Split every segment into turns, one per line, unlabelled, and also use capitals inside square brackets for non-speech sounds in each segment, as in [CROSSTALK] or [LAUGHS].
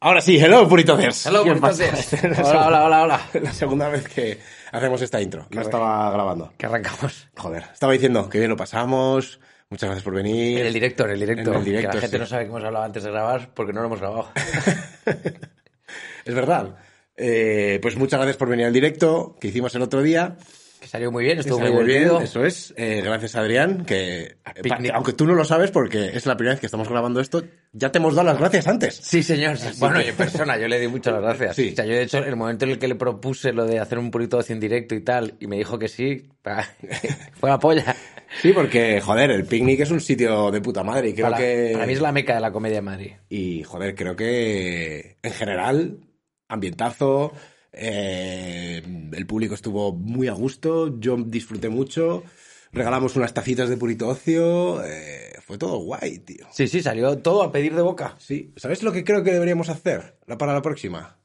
Ahora sí, hello Puritocers.
Hello,
[LAUGHS] ¿Qué
bonitos
pasa?
días.
Esta es la
Hola,
seg-
hola, hola, hola.
[LAUGHS] La segunda vez que hacemos esta intro. No estaba grabando.
Que arrancamos.
Joder, estaba diciendo que bien lo pasamos. Muchas gracias por venir.
En el director, el directo.
En el directo,
que la gente
sí.
no sabe que hemos hablado antes de grabar porque no lo hemos grabado.
Es verdad. Eh, pues muchas gracias por venir al directo que hicimos el otro día.
Que salió muy bien, estuvo
Salió
muy divertido.
Eso es. Eh, gracias, Adrián. Que,
picnic.
pa- aunque tú no lo sabes porque es la primera vez que estamos grabando esto, ya te hemos dado las gracias antes.
Sí, señor. bueno,
que-
yo en persona, yo le di muchas gracias.
Sí.
O sea, yo de hecho, en el momento en el que le propuse lo de hacer un purito en directo y tal, y me dijo que sí, pa- [LAUGHS] fue la polla.
Sí, porque, joder, el picnic es un sitio de puta madre. Y creo
para,
que.
para mí es la meca de la comedia de Madrid.
Y, joder, creo que en general, ambientazo, eh, el público estuvo muy a gusto, yo disfruté mucho, regalamos unas tacitas de purito ocio, eh, fue todo guay, tío.
Sí, sí, salió todo a pedir de boca.
Sí, ¿sabes lo que creo que deberíamos hacer La- para la próxima?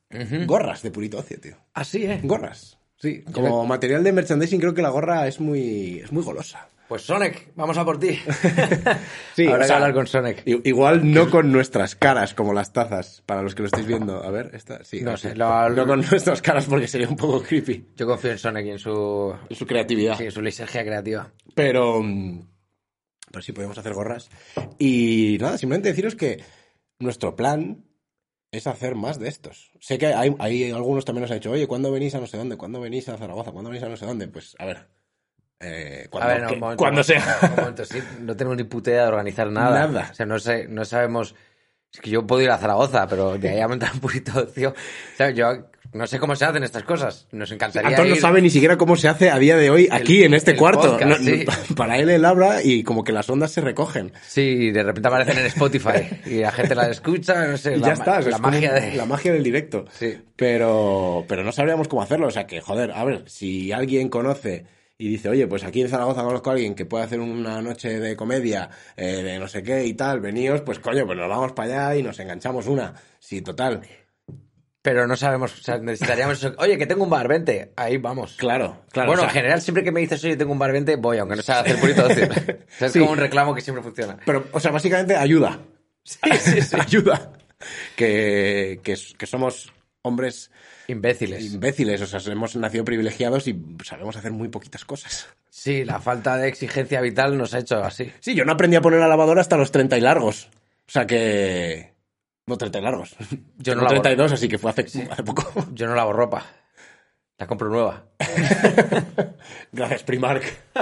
Gorras de purito ocio, tío.
Así, ¿eh?
Gorras. Sí, como material de merchandising creo que la gorra es muy, es muy golosa.
Pues Sonic, vamos a por ti.
[LAUGHS] Sí,
Habrá
o sea,
que hablar con Sonic.
i- Igual no con nuestras caras, como las tazas, para los que lo estáis viendo. A ver, esta, sí.
No
ahora
sé,
sí.
lo-
no con nuestras caras porque sería un poco creepy.
Yo confío en Sonic y en su,
Su creatividad.
sí, en su lisergia creativa.
Pero, mm, pero sí, podemos hacer gorras. Y nada, simplemente deciros que nuestro plan es hacer más de estos. Sé que hay, hay algunos también nos han dicho, oye, ¿cuándo venís a no sé dónde? ¿Cuándo venís a Zaragoza? ¿Cuándo venís a no sé dónde? Pues, a ver. eh,
A
cuando,
ver, no,
que-
un momento,
cuando
un [LAUGHS]
sea.
momento, un momento, sí, no tenemos ni puta idea de organizar nada.
Nada.
O sea, no, sé, no sabemos. Es que yo puedo ir a Zaragoza, pero de ahí a montar un purito [LAUGHS] ocio. O sea, yo no sé cómo se hacen estas cosas. Nos encantaría.
Antón no
ir.
sabe ni siquiera cómo se hace a día de hoy aquí,
El-
en este
el
cuarto.
podcast,
No, no,
sí.
[LAUGHS] Para él él habla y como que las ondas se recogen.
Sí, y de repente aparecen en Spotify y la gente las escucha, no sé.
Y
la
ya
ma-
está, o sea,
La
es como
magia
un-
de.
la magia del directo.
Sí.
Pero, pero no sabríamos cómo hacerlo. O sea que, joder, a ver, si alguien conoce y dice, oye, pues aquí en Zaragoza conozco a alguien que puede hacer una noche de comedia, eh, de no sé qué y tal, veníos, pues coño, pues nos vamos para allá y nos enganchamos una. Sí, total.
Pero no sabemos. O sea, necesitaríamos. eso. Oye, que tengo un bar, vente. Ahí vamos.
Claro, claro.
bueno,
o sea,
en general, siempre que me dices, oye, tengo un bar, vente, voy, aunque no sea hacer purito ocio. O
[LAUGHS]
sea, es
Sí.
como un reclamo que siempre funciona.
Pero, o sea, básicamente ayuda.
Sí, sí, sí.
[LAUGHS] ayuda. Que, que, que somos hombres
Imbéciles.
imbéciles, o sea, hemos nacido privilegiados y sabemos hacer muy poquitas cosas.
Sí, la falta de exigencia vital nos ha hecho así.
Sí, yo no aprendí a poner la lavadora hasta los 30 y largos. O sea que... No, 30 y largos.
[LAUGHS] Yo no
Tengo
lavo.
32, así que fue hace, [LAUGHS] hace poco.
Yo no lavo ropa. La compro nueva.
Gracias, Primark.
Eh,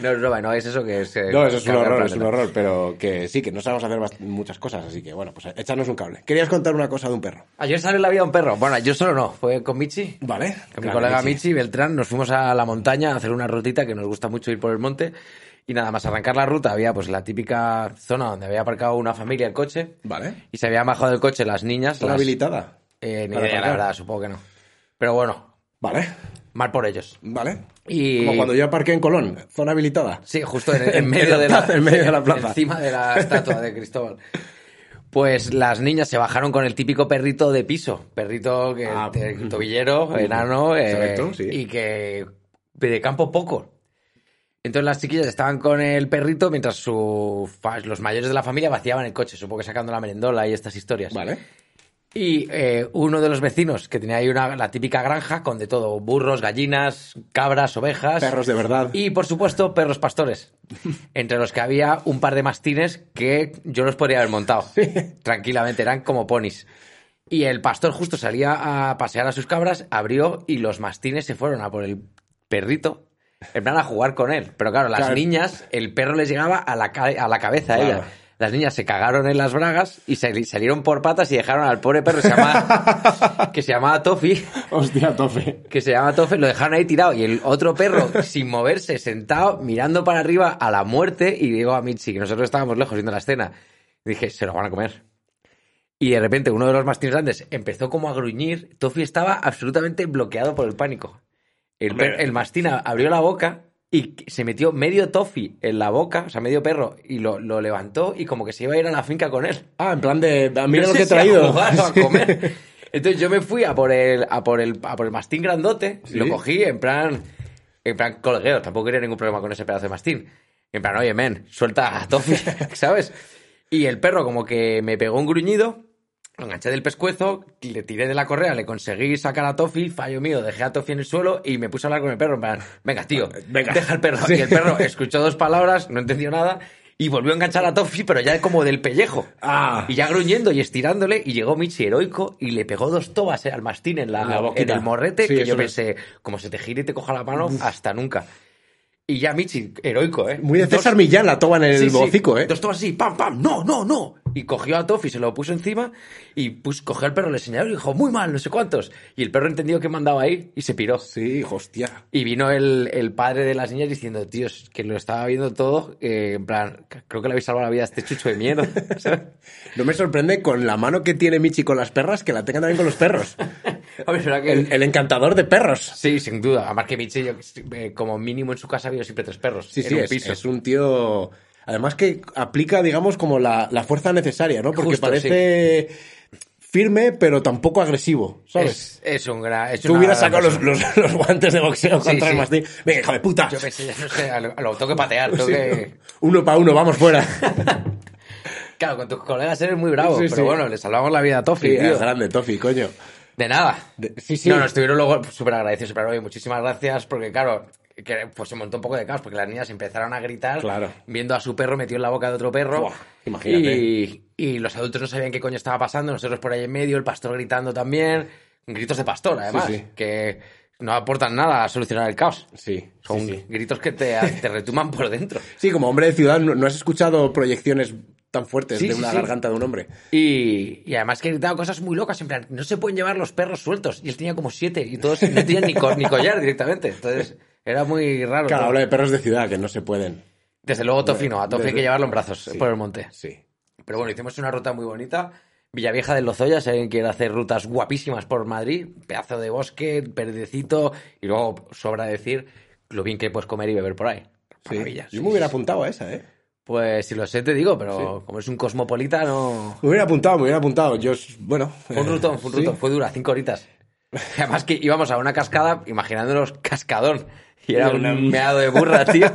No es ropa, no es eso que es. eh,
No, eso es un
cambiar
horror, es
planeta.
un horror, pero que sí, que no sabemos hacer bast- muchas cosas, así que bueno, pues échanos un cable. Querías contar una cosa de un perro.
Ayer salió la vida a un perro. Bueno, yo solo no. Fue con Michi.
Vale.
Con mi
Claro,
colega
sí.
Michi. Beltrán nos fuimos a la montaña a hacer una rutita que nos gusta mucho ir por el monte. Y nada más arrancar la ruta había pues la típica zona donde había aparcado una familia el coche.
Vale.
Y se habían bajado del coche las niñas.
¿Está
las-
habilitada?
Eh, ni
para
idea, la
aparcar?
verdad, supongo que no. Pero bueno,
Vale,
mal por ellos.
vale.
Y...
Como cuando yo aparqué en Colón, zona habilitada.
Sí, justo en,
[LAUGHS]
en
En
medio
la
de
plaza, en medio de la plaza.
Encima de la estatua de Cristóbal. Pues las niñas se bajaron con el típico perrito de piso. Perrito que
Ah,
de tobillero, enano, eh,
Correcto, sí.
y que de campo poco. Entonces las chiquillas estaban con el perrito mientras su fa- los mayores de la familia vaciaban el coche, supongo que sacando la merendola y estas historias.
Vale.
Y eh, uno de los vecinos que tenía ahí una, la típica granja con de todo, burros, gallinas, cabras, ovejas.
Perros de verdad.
Y por supuesto,
[LAUGHS]
perros pastores. Entre los que había un par de mastines que yo los podría haber montado. Tranquilamente, eran como ponis. Y el pastor justo salía a pasear a sus cabras, abrió y los mastines se fueron a por el perrito. En plan a jugar con él. Pero claro, las
Claro.
niñas, el perro les llegaba a la, ca- a la cabeza a
Claro.
ella. Las niñas se cagaron en las bragas y sali- salieron por patas y dejaron al pobre perro que
[LAUGHS]
se llamaba, que se llamaba Tofi
Hostia, tofe.
que se llama Tofe, lo dejaron ahí tirado. Y el otro perro, sin moverse, sentado, mirando para arriba a la muerte, y digo a Michi, que nosotros estábamos lejos viendo la escena, dije, se lo van a comer. Y de repente uno de los mastines grandes empezó como a gruñir. Tofi estaba absolutamente bloqueado por el pánico. El, per-
Hombre.
el mastín a- abrió la boca y se metió medio Tofi en la boca, o sea, medio perro, y lo, lo levantó y como que se iba a ir a la finca con él.
Ah, en plan de. Mira
No
lo
sé
que he
si a
traído.
jugar o a comer. Entonces yo me fui a por el, a por el, a por el mastín grandote,
Sí.
lo cogí en plan, en plan colguero, tampoco quería ningún problema con ese pedazo de mastín. En plan, oye, men, suelta a
[LAUGHS]
Tofi, [LAUGHS] ¿sabes? Y el perro como que me pegó un gruñido, lo enganché del pescuezo, le tiré de la correa, le conseguí sacar a Tofi, fallo mío, dejé a Tofi en el suelo y me puse a hablar con el perro, en plan, venga, tío,
Venga.
deja al perro. Y el perro escuchó dos palabras, no entendió nada y volvió a enganchar a Tofi, pero ya como del pellejo.
Ah.
Y ya gruñendo y estirándole, y llegó Michi heroico y le pegó dos tobas eh, al mastín en, la,
En la boquita.
en el morrete,
Sí,
que
eso
yo
es.
pensé, como se te gire y te coja la mano, hasta nunca. Y ya Michi, heroico, ¿eh?
[LAUGHS] Muy de
Dos-
César Millán la toman en
Sí,
el
sí.
hocico, ¿eh?
Dos tobas así, pam, pam, no, no, no. Y cogió a Tofi, se lo puso encima y pues cogió al perro, le señaló y dijo, muy mal, no sé cuántos. Y el perro entendió que mandaba ahí y se piró.
Sí, hijo, hostia.
Y vino el, el padre de las niñas diciendo, tíos, que lo estaba viendo todo, eh, en plan, creo que le habéis salvado la vida a este chucho
[LAUGHS]
de miedo. ¿sabes?
No me sorprende con la mano que tiene Michi con las perras que la tengan también con los
[LAUGHS]
perros.
A ver, [LAUGHS] ¿será que-
El, el encantador de perros.
Sí, sin duda. Además que Michi, yo, eh, como mínimo en su casa, ha habido siempre tres perros.
Sí,
en
sí,
un
es,
piso.
es un tío. Además que aplica, digamos, como la, la fuerza necesaria, ¿no? Porque
Justo,
parece firme, pero tampoco agresivo, ¿sabes?
Es, es un gran... es
Tú
una
hubieras
gran
sacado los,
persona.
los- los guantes de boxeo
Sí,
contra el
sí.
mastín. Venga, hija de puta. [LAUGHS]
Yo pensé, ya no sé, a lo, a lo- tengo que patear, tengo
Sí,
que...
Uno para uno, vamos
[LAUGHS]
fuera.
Claro, con tus colegas eres muy bravo,
Sí,
pero
sí.
bueno, le salvamos la vida a Tofi,
Sí,
tío.
es grande, Tofi, coño.
De nada.
De- sí, sí.
No, no, estuvieron luego súper agradecidos, súper oye, muchísimas gracias, porque claro, que, pues se montó un poco de caos, porque las niñas empezaron a gritar,
Claro.
viendo a su perro metido en la boca de otro perro.
Buah, imagínate.
Y, y los adultos no sabían qué coño estaba pasando, nosotros por ahí en medio, el pastor gritando también, gritos de pastor, además,
sí.
que no aportan nada a solucionar el caos.
Sí,
Son
sí, sí.
gritos que te, te retuman por dentro.
Sí, como hombre de ciudad no, no has escuchado proyecciones tan fuertes
Sí,
de
sí,
una
sí.
garganta de un hombre.
Y, y además que gritaba cosas muy locas, en plan, no se pueden llevar los perros sueltos. Y él tenía como siete y todos no tenían ni, co- ni collar directamente. Entonces, era muy raro.
Claro,
todo.
habla de perros de ciudad que no se pueden.
Desde luego Tofi no, a Tofi hay
Desde-
que llevarlo en brazos
Sí.
por el monte.
Sí.
Pero bueno, hicimos una ruta muy bonita. Villavieja del Lozoya, si alguien quiere hacer rutas guapísimas por Madrid, pedazo de bosque, perdecito, y luego sobra decir lo bien que puedes comer y beber por ahí.
Sí.
Maravilla.
Yo
sí,
me hubiera
sí.
apuntado a esa, ¿eh?
Pues si lo sé, te digo, pero como es un cosmopolita, no.
Me hubiera apuntado, me hubiera apuntado. Yo, bueno.
Fue
[LAUGHS]
un
eh,
rutón, fue un
sí.
rutón, fue dura, cinco horitas. Además que íbamos a una cascada, imaginándonos cascadón. Y era
Y una-
un meado de
[LAUGHS]
burra, tío.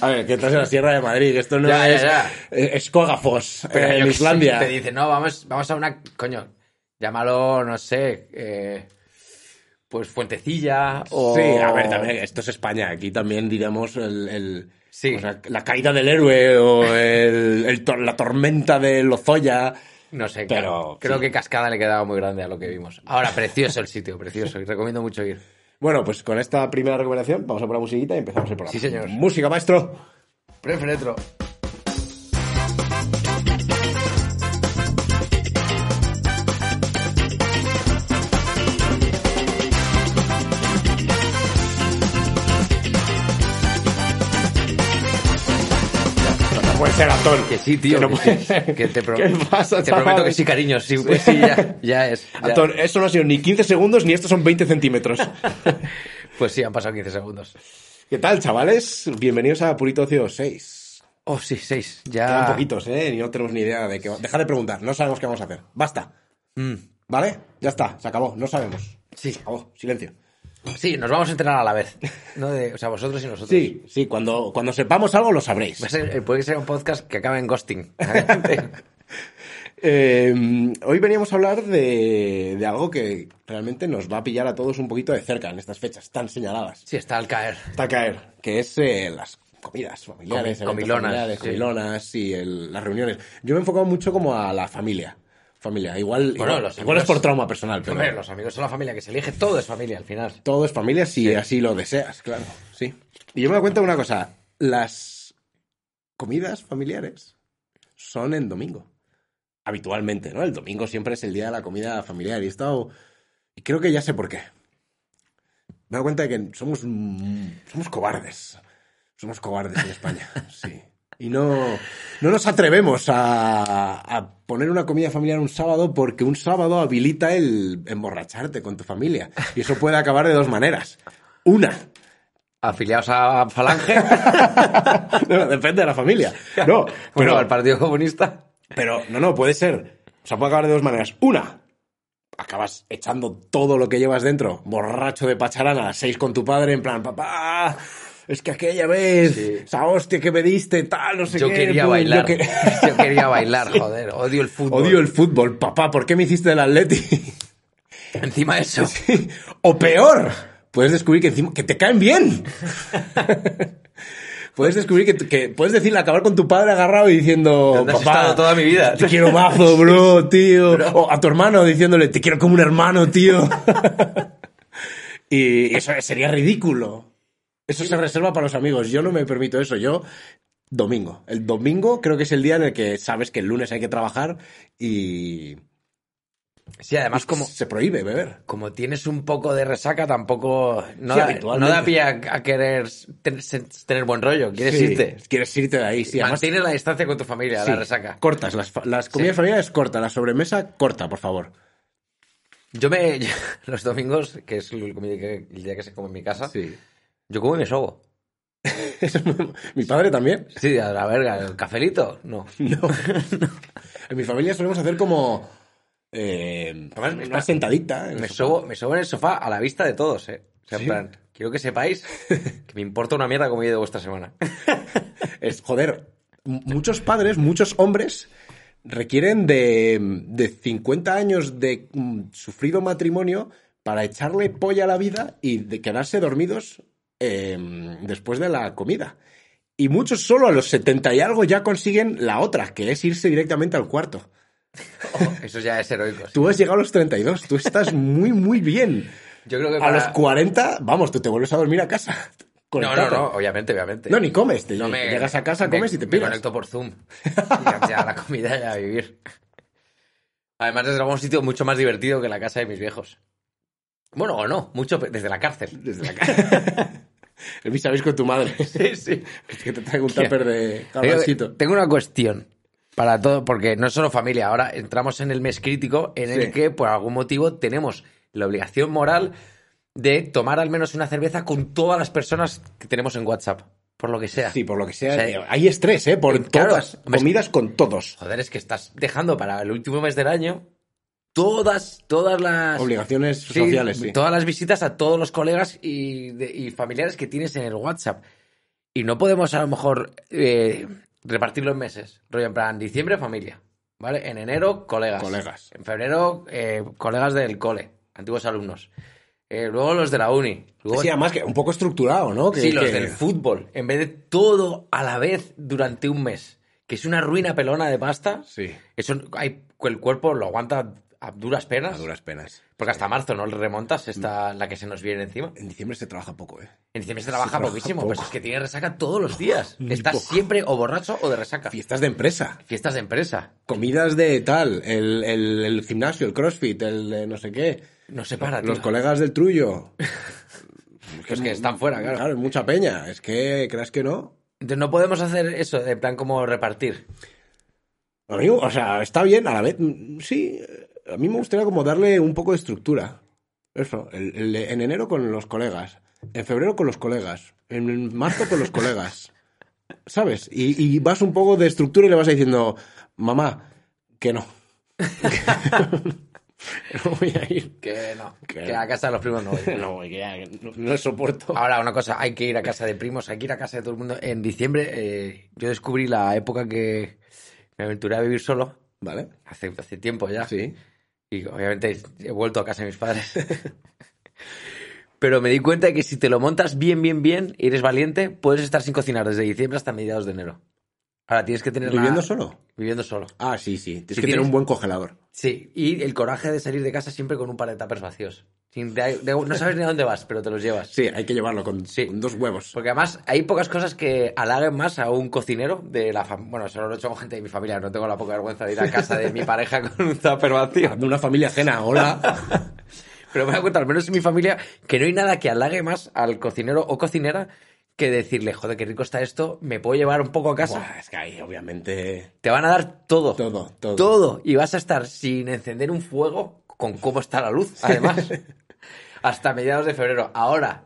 A ver, que estás en la Sierra de Madrid, que esto no
Ya, ya,
es
ya.
eh, escógafos eh,
yo
en
qué
Islandia.
sé, Te dice, no, vamos, vamos a una. Coño, llámalo, no sé. eh, pues Fuentecilla o.
Sí, a ver, también, esto es España. Aquí también, digamos, el, el-
Sí.
o sea, la caída del héroe o el, el tor- la tormenta de Lozoya.
No sé,
Pero,
creo, creo
sí.
que cascada le quedaba muy grande a lo que vimos. Ahora, precioso el sitio, precioso. Y recomiendo mucho ir.
Bueno, pues con esta primera recomendación vamos a poner musiquita y empezamos el programa.
Sí, señor.
Música, maestro.
Preferetro.
No puede ser atón.
Que sí, tío.
Que no
que
puede
sí.
ser.
Que te,
[LAUGHS]
pro-
¿Qué pasa,
te prometo
chaval?
que sí, cariño. Sí, pues sí, ya, ya es. ya.
Atón, eso no ha sido ni 15 segundos ni estos son 20 centímetros.
Pues sí, han pasado 15 segundos.
¿Qué tal, chavales? Bienvenidos a Purito Ocio 6.
Oh, sí, 6.
Quedan
Ya.
poquitos, ¿eh? Y no tenemos ni idea de qué va. Deja de preguntar, no sabemos qué vamos a hacer. Basta.
Mm.
¿Vale? Ya está, se acabó, no sabemos.
Sí.
Se acabó, silencio.
Sí, nos vamos a entrenar a la vez. ¿no? De- o sea, vosotros y nosotros.
Sí, sí, cuando, cuando sepamos algo lo
[LAUGHS]
sabréis.
Va a ser- eh, puede ser un podcast que acabe en ghosting.
Eh, hoy veníamos a hablar de, de algo que realmente nos va a pillar a todos un poquito de cerca en estas fechas tan señaladas.
sí, está al caer.
Está a caer. Que es eh, las comidas familiares,
Comi-
eventos
comilonas,
familiares,
sí.
comilonas y el- las reuniones. Yo me he enfocado mucho como a la familia. Familia, igual,
Bueno,
igual,
los
igual es
amigos-
por trauma personal, pero
Hombre, los amigos son la familia que se elige. Todo es familia al final.
todo es familia si así lo deseas, claro, sí. Y yo me doy cuenta de una cosa, las comidas familiares son en domingo, habitualmente, ¿no? El domingo siempre es el día de la comida familiar y he estado... Y creo que ya sé por qué. Me doy cuenta de que somos, mm, somos cobardes. Somos cobardes en España, [LAUGHS] sí. Y no, no nos atrevemos a, a poner una comida familiar un sábado porque un sábado habilita el emborracharte con tu familia. Y eso puede acabar de dos maneras. Una, [LAUGHS]
Afiliados a [LAUGHS] Falange,
no, depende de la
[LAUGHS]
familia. No,
bueno,
pero,
al Partido Comunista.
pero no, no, puede ser. O sea, puede acabar de dos maneras. Una, acabas echando todo lo que llevas dentro, borracho de pacharana, seis con tu padre, en plan, papá, es que aquella vez,
Sí.
esa hostia que me diste, tal, no sé
Yo
qué.
quería
tú,
bailar.
yo que-
[LAUGHS] Yo quería bailar, joder. Odio el
[LAUGHS]
fútbol.
Odio el fútbol, papá, ¿por qué me hiciste el atleti?
[LAUGHS] Encima de eso.
[LAUGHS] o peor, puedes descubrir que encima que te caen
[LAUGHS]
bien. puedes descubrir que, que puedes decirle acabar con tu padre agarrado y diciendo,
¿Dónde has
papá,
estado toda mi vida?"
te quiero
[LAUGHS]
mazo, bro, tío. O a tu hermano diciéndole, te quiero como un hermano, tío. [LAUGHS] y eso sería ridículo. Eso se reserva para los amigos. Yo no me permito eso. Yo domingo. El domingo creo que es el día en el que sabes que el lunes hay que trabajar y
Sí, además, como,
se prohíbe beber.
como tienes un poco de resaca, tampoco. No,
Sí,
da,
habitualmente.
no da pie a, a querer ten- sen- tener buen rollo. Quieres
Sí,
irte.
Quieres irte de ahí, sí. Además,
Mantienes la distancia con tu familia,
sí,
la resaca.
Cortas, las, fa- las comidas familiares corta, la sobremesa corta, por favor.
Yo me. [LAUGHS] los domingos, que es el, comi- que- el día que se come en mi casa, yo como y me sobo.
Eso [LAUGHS] es Mi padre también.
Sí, a la verga, el cafelito. No.
No. [LAUGHS] en mi familia solemos hacer como eh,
me-
una sentadita. en
Me
el sofá.
sobo, me sobo en el sofá a la vista de todos, ¿eh? O sea, en
¿Sí?
plan, quiero que sepáis que me importa una mierda como de
[LAUGHS]
vuestra semana.
Es, joder, m- muchos padres, muchos hombres requieren de, de 50 años de mm, sufrido matrimonio para echarle polla a la vida y de quedarse dormidos eh, después de la comida. Y muchos solo a los 70 y algo ya consiguen la otra, que es irse directamente al cuarto.
Eso ya es heroico. sí.
Tú has llegado a los 32, tú estás muy, muy
[LAUGHS]
bien.
Yo creo que
A
para-
los 40, vamos, tú te vuelves a dormir a casa. Con el
No, no,
tato.
no, obviamente, obviamente.
No, ni comes. Te,
No me-
Llegas a casa,
me-
comes y te
Me
piras.
conecto por Zoom. [LAUGHS] Y ya la comida ya a vivir. Además, desde luego, un sitio mucho más divertido que la casa de mis viejos. Bueno, o no, mucho pe- desde la cárcel.
Desde la cara. El bis a bis con tu madre.
[LAUGHS] Sí, sí.
[LAUGHS] Es que te traigo un tupper de
Tengo,
garbanzito.
tengo una cuestión para todo, porque no es solo familia, ahora entramos en el mes crítico en el
Sí.
que por algún motivo tenemos la obligación moral de tomar al menos una cerveza con todas las personas que tenemos en WhatsApp, por lo que sea.
Sí, por lo que sea.
Sí.
eh, Hay estrés, ¿eh? Por
Claro, pues,
todas.
hombre, es-
Comidas con todos.
Joder, es que estás dejando para el último mes del año todas, todas las...
Obligaciones
Sí,
sociales, sí.
Todas las visitas a todos los colegas y, de- y familiares que tienes en el WhatsApp. Y no podemos a lo mejor eh, repartirlo en meses. Rollo, en plan, diciembre familia, ¿vale? En enero, colegas.
Colegas.
En febrero, eh, colegas del cole, antiguos alumnos. Eh, luego los de la uni. Luego,
Sí, además que un poco estructurado, ¿no? Que-
sí, los
que-
del fútbol. En vez de todo a la vez durante un mes. Que es una ruina pelona de pasta.
Sí.
Eso hay, el cuerpo lo aguanta a duras penas.
A duras penas. Mm.
Porque hasta marzo no le remontas esta, la que se nos viene encima.
En diciembre se trabaja poco, ¿eh?
En diciembre se trabaja
trabaja
poquísimo,
poco.
pero es que tiene resaca todos los días.
Muy
Estás
poco.
siempre o borracho o de resaca.
Fiestas de empresa.
Fiestas de empresa.
Comidas de tal. El, el- el gimnasio, el crossfit, el eh, no sé qué.
No se para, tío.
Los colegas del
[LAUGHS]
trullo.
Los que están fuera, claro.
Claro, mucha peña. Es que, ¿crees que no?
Entonces no podemos hacer eso, en plan como repartir.
A mí, o sea, está bien, a la vez, mm, sí, eh, a mí me gustaría como darle un poco de estructura. Eso, el- el- en enero con los colegas, en febrero con los colegas, en marzo con los colegas, ¿sabes? Y, y vas un poco de estructura y le vas diciendo, mamá, que no. [LAUGHS] no voy a ir.
Que no.
Que-
Que a casa de los primos no voy.
[LAUGHS] No, voy, que ya, no, no soporto.
Ahora, una cosa, hay que ir a casa de primos, hay que ir a casa de todo el mundo. En diciembre eh, yo descubrí la época que me aventuré a vivir solo,
¿Vale?
hace, hace tiempo ya.
Sí.
Y obviamente he vuelto a casa de mis padres. [LAUGHS] Pero me di cuenta de que si te lo montas bien, bien, bien, y eres valiente, puedes estar sin cocinar desde diciembre hasta mediados de enero. Ahora tienes que tener la-
¿Viviendo solo?
Viviendo solo.
Ah, sí, sí. Tienes
Si
que tener
tienes-
un buen congelador.
Sí, y el coraje de salir de casa siempre con un par de tappers vacíos. Sin- de- de- no sabes ni a dónde vas, pero te los llevas.
Sí, hay que llevarlo con,
Sí. Pues
con dos huevos.
Porque además hay pocas cosas que halaguen más a un cocinero de la familia. Bueno, solo lo he hecho con gente de mi familia, no tengo la poca vergüenza de ir a casa de mi pareja con un tupper vacío.
De una familia ajena, hola.
Pero me he dado cuenta, al menos en mi familia, que no hay nada que halague más al cocinero o cocinera que decirle, joder, qué rico está esto, me puedo llevar un poco a casa.
Buah, es que ahí, obviamente.
Te van a dar todo.
Todo, todo.
Todo. Y vas a estar sin encender un fuego con cómo está la luz, además. [LAUGHS] Hasta mediados de febrero. Ahora,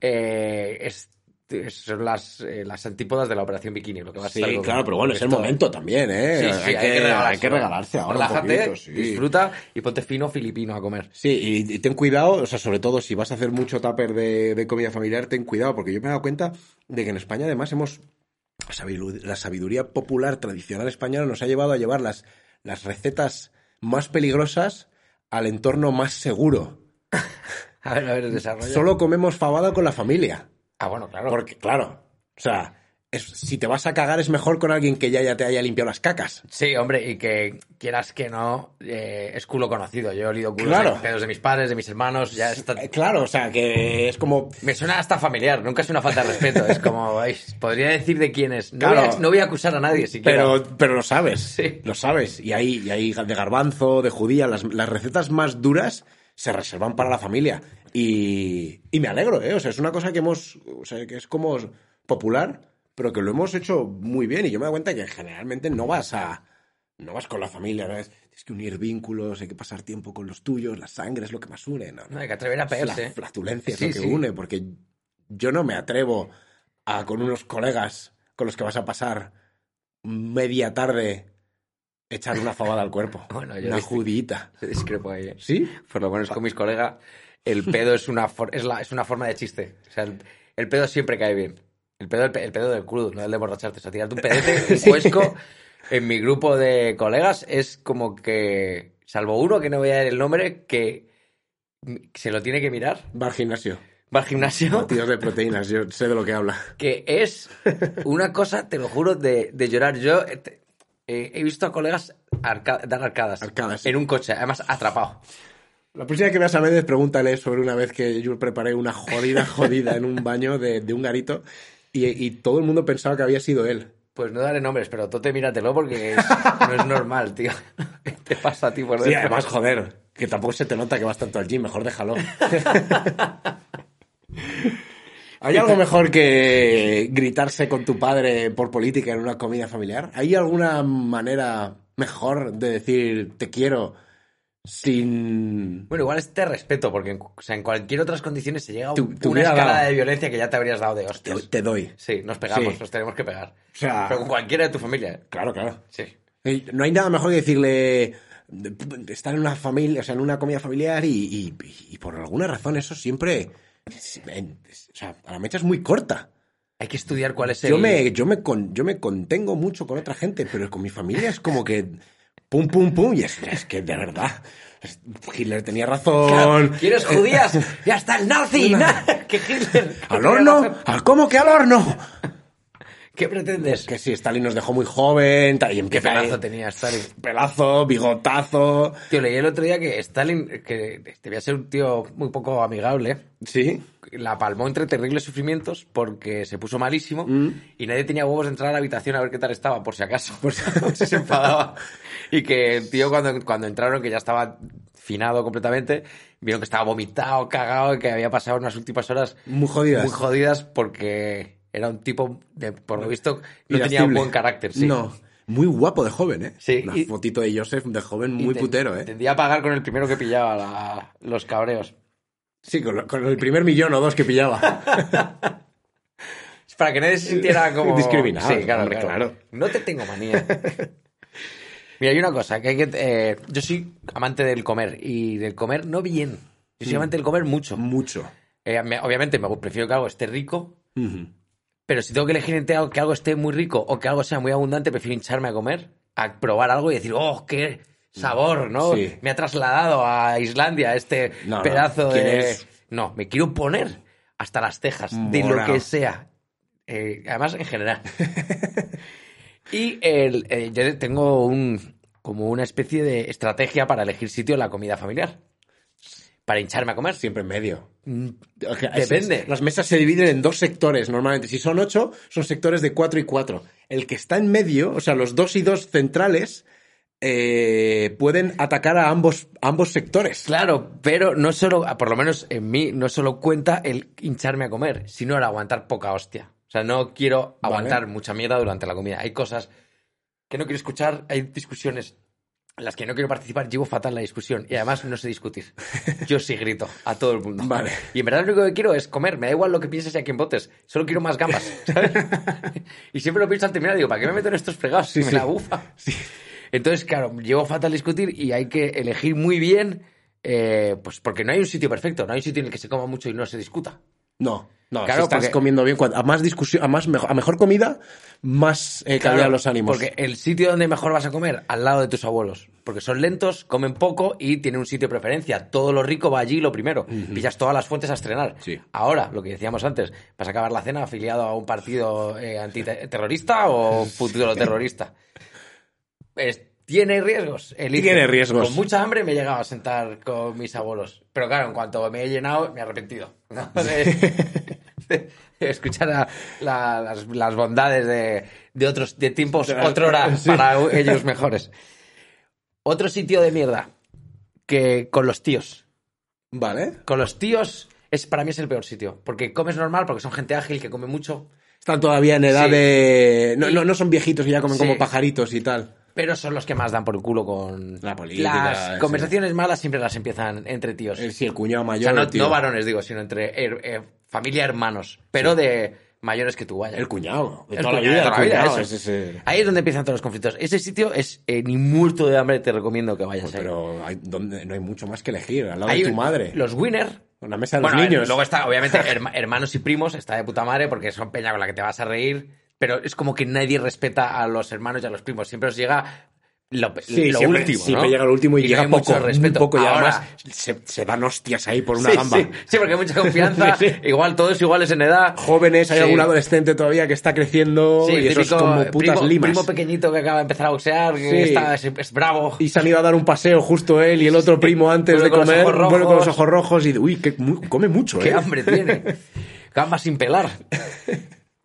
eh, es- es- son las, eh, las antípodas de la Operación Bikini, lo que va a
Sí,
estar con-
claro, pero bueno, es el
esto.
momento también, ¿eh?
Sí, sí, hay, que, regalarse,
hay que regalarse ahora. un
Relájate,
poquito, sí.
disfruta y ponte fino filipino a comer.
Sí, y, y ten cuidado, o sea, sobre todo si vas a hacer mucho tupper de, de comida familiar, ten cuidado, porque yo me he dado cuenta de que en España además hemos... sabidu- La sabiduría popular tradicional española nos ha llevado a llevar las, las recetas más peligrosas al entorno más seguro.
A ver, a ver, desarrolla.
Solo comemos fabada con la familia.
Ah, bueno, claro.
Porque, claro, o sea, es- si te vas a cagar es mejor con alguien que ya, ya te haya limpiado las cacas.
Sí, hombre, y que quieras que no, eh, es culo conocido. Yo he olido culos
Claro.
de pedos de mis padres, de mis hermanos, ya está...
Eh, Claro, o sea, que es como...
Me suena hasta familiar, nunca es una falta de respeto. Es como, ay, podría decir de quién es. No,
Claro.
voy, a, no voy a acusar a nadie siquiera.
Pero, pero lo sabes,
Sí.
lo sabes. Y ahí, y ahí de garbanzo, de judía, las, las recetas más duras se reservan para la familia. Y, y me alegro, ¿eh? O sea, es una cosa que hemos, o sea, que es como popular, pero que lo hemos hecho muy bien. Y yo me doy cuenta que generalmente no vas a, no vas con la familia, ¿no? Es- Tienes que unir vínculos, hay que pasar tiempo con los tuyos, la sangre es lo que más une, ¿no?
No hay que atrever a
Es
pegarse.
La flatulencia es
Sí,
lo que
sí.
une, porque yo no me atrevo a con unos colegas con los que vas a pasar media tarde echar una fabada al cuerpo.
[LAUGHS] Bueno, yo
una
viste-
judita.
Se Discrepo ahí. ¿eh?
¿Sí?
Por lo menos con mis colegas,
[LAUGHS]
el pedo es una, for- es la- es una forma de chiste. O sea, el, el pedo siempre cae bien. El pedo, el, pe- el pedo del crudo, no el de emborracharte. O sea, tirarte un
[LAUGHS]
pedete, un cuesco. En mi grupo de colegas es como que, salvo uno que no voy a dar el nombre, que se lo tiene que mirar.
Va al gimnasio.
Va al gimnasio.
Batidos de proteínas, yo sé de lo que habla.
[LAUGHS] que es una cosa, te lo juro, de, de llorar. Yo eh, te- eh, he visto a colegas arca- dar arcadas,
Arcadas, sí.
en un coche, además atrapado.
La próxima vez que veas a Méndez, pregúntale sobre una vez que yo preparé una jodida, jodida en un baño de, de un garito y, y todo el mundo pensaba que había sido él.
Pues no daré nombres, pero tú te míratelo porque es- no es normal, tío. [LAUGHS] ¿Qué te pasa a ti por [LAUGHS]
Sí,
dentro?
además, joder, que tampoco se te nota que vas tanto al gym, mejor déjalo. ¿Hay algo mejor que gritarse con tu padre por política en una comida familiar? ¿Hay alguna manera mejor de decir te quiero sin...
Bueno, igual es te respeto, porque en, cu- o sea, en cualquier otras condiciones se llega a
Te-
un-
te
una
hubiera
escalada
dado.
de violencia que ya te habrías dado de
Te,
hostias.
te doy.
Sí, nos pegamos,
Sí.
nos tenemos que pegar.
O sea-
Pero con cualquiera de tu familia, ¿eh?
Claro, claro.
Sí.
Eh, No hay nada mejor que decirle de- estar en una familia, o sea, en una comida familiar y, y- y por alguna razón eso siempre... en- o sea, a la mecha es muy corta.
Hay que estudiar cuál es el...
Yo me, yo, me con- yo me contengo mucho con otra gente, pero con mi familia es como que pum, pum, pum, y es, es que de verdad, es- Hitler tenía razón. Eh, [LAUGHS]
¿Quieres judías? ¡Ya está el nazi! [LAUGHS]
Una-
¡Na- ¡Que Hitler!
[LAUGHS] ¿Al horno? ¿Al cómo que al horno?
[LAUGHS] ¿Qué pretendes?
Que sí, Stalin nos dejó muy joven, tal, y
¿Qué
empieza
pedazo
ahí,
tenía Stalin?
pelazo, bigotazo.
Tío, leí el otro día que Stalin, que debía ser un tío muy poco amigable,
Sí.
la palmó entre terribles sufrimientos porque se puso malísimo
Mm.
y nadie tenía huevos de entrar a la habitación a ver qué tal estaba, por si acaso. [LAUGHS] Por si
[LAUGHS]
acaso se enfadaba. Y que el tío, cuando, cuando entraron, que ya estaba finado completamente, vieron que estaba vomitado, cagado, y que había pasado unas últimas horas
Muy jodidas.
muy jodidas porque era un tipo, de, por lo visto, no tenía un
Irascible.
buen carácter. Sí.
No. Muy guapo de joven, ¿eh?
Sí,
Una
y-
fotito de Joseph de joven
Y
muy
ten-
putero, ¿eh?
Tendía a pagar con el primero que pillaba la- los cabreos.
Sí, con, lo- con el primer millón o dos que [LAUGHS] pillaba.
Es Para que nadie
[LAUGHS]
se sintiera como...
Discriminado,
Sí, claro,
hombre,
claro.
claro.
No te tengo
[LAUGHS]
manía. Mira, hay una cosa que hay que... eh, yo soy amante del comer y del comer no bien.
Mm.
Yo soy amante del comer mucho.
Mucho.
Eh, me- obviamente me prefiero que algo esté rico,
Ujú.
pero si tengo que elegir entre algo- que algo esté muy rico o que algo sea muy abundante, prefiero hincharme a comer, a probar algo y decir, oh, qué sabor, ¿no?
Sí.
Me ha trasladado a Islandia este
No, no,
pedazo de...
quieres-
No, me quiero poner hasta las cejas de lo
Morao.
que sea. Eh, además,
[LAUGHS]
en general. y el- eh, yo tengo un, como una especie de estrategia para elegir sitio en la comida familiar. Para hincharme a comer.
Siempre en medio. O sea, es-
Depende.
es- las mesas se dividen en dos sectores normalmente. Si son ocho, son sectores de cuatro y cuatro. El que está en medio, o sea, los dos y dos centrales, eh, pueden atacar a ambos, ambos sectores.
Claro, pero no solo, ah, por lo menos en mí, no solo cuenta el hincharme a comer, sino el aguantar poca hostia. O sea, no quiero
Vale.
aguantar mucha mierda durante la comida. Hay cosas que no quiero escuchar, hay discusiones en las que no quiero participar, llevo fatal la discusión y además no
[LAUGHS]
sé discutir. Yo sí grito a todo el mundo.
Vale.
Y en verdad lo único que quiero es comer, me da igual lo que pienses y a quién votes, solo quiero más
[LAUGHS]
gambas, ¿sabes? y siempre lo pienso al terminar, digo, ¿para qué me meto en estos fregados si
Sí,
me
sí.
la bufa? Entonces, claro, llevo fatal discutir y hay que elegir muy bien, eh, pues porque no hay un sitio perfecto, no hay un sitio en el que se coma mucho y no se discuta.
No, no,
Claro,
si estás
porque-
comiendo bien, cuan- a más discusión, a, más mejo- a mejor comida, más eh,
Claro,
calidad los ánimos.
Porque el sitio donde mejor vas a comer, al lado de tus abuelos. Porque son lentos, comen poco y tienen un sitio de preferencia. Todo lo rico va allí lo primero. Pillas todas las fuentes a estrenar.
Sí.
Ahora, lo que decíamos antes, vas a acabar la cena afiliado a un partido eh, antiterrorista o futuro terrorista. Es- tiene riesgos. elige.
Tiene riesgos.
Con mucha hambre me he llegado a sentar con mis abuelos. Pero claro, en cuanto me he llenado, me he arrepentido. ¿no?
[LAUGHS]
De- de escuchar a- la- las, las bondades de, de otros de tiempos, otra
[LAUGHS]
hora para ellos mejores. Otro sitio de mierda que con los tíos.
Vale.
Con los tíos es para mí es el peor sitio. Porque comes normal, porque son gente ágil que come mucho.
Están todavía en edad
Sí.
de. No, no, no son viejitos que ya comen
Sí.
como pajaritos y tal.
Pero son los que más dan por el culo con
La política,
Las
sí.
conversaciones malas siempre las empiezan entre tíos.
El, Eh, sí, el cuñado
o
mayor.
sea, no,
el tío.
no varones, digo, sino entre her- eh, familia, hermanos, pero de mayores que tú, vaya.
El cuñado. De
El
toda la
cuñado,
vida,
de
el
toda la vida,
cuñado,
eso.
es ese-
Ahí es donde empiezan todos los conflictos. Ese sitio es eh, ni muerto de hambre, te recomiendo que vayas
Pues,
ahí.
Pero hay- donde, no hay mucho más que elegir. Al lado
Ahí
de tu madre.
Los winner.
Una mesa de
Bueno,
los
eh,
niños.
luego está, obviamente, herma- hermanos y primos, está de puta madre porque son peña con la que te vas a reír, pero es como que nadie respeta a los hermanos y a los primos. Siempre os llega lo,
Sí,
lo
siempre,
último.
siempre
¿no?
llega el último y,
no
llega
hay
poco,
mucho respeto.
muy poco y
Ahora,
además se, se dan hostias ahí por una
sí,
gamba.
Sí, sí, porque
[LAUGHS]
hay mucha confianza.
Sí, sí.
Igual todos iguales en edad.
Jóvenes, hay
Sí.
algún adolescente todavía que está creciendo
Sí,
y eso es
típico
como putas
primo,
limas.
primo pequeñito que acaba de empezar a boxear, que
Sí.
está, es, es bravo.
y se han ido a dar un paseo justo él y el otro primo antes
Vuelve
de
con los
comer,
ojos rojos.
bueno, con los ojos rojos y uy, que mu- come mucho,
Qué
eh.
hambre tiene.
[LAUGHS]
Gamba sin pelar.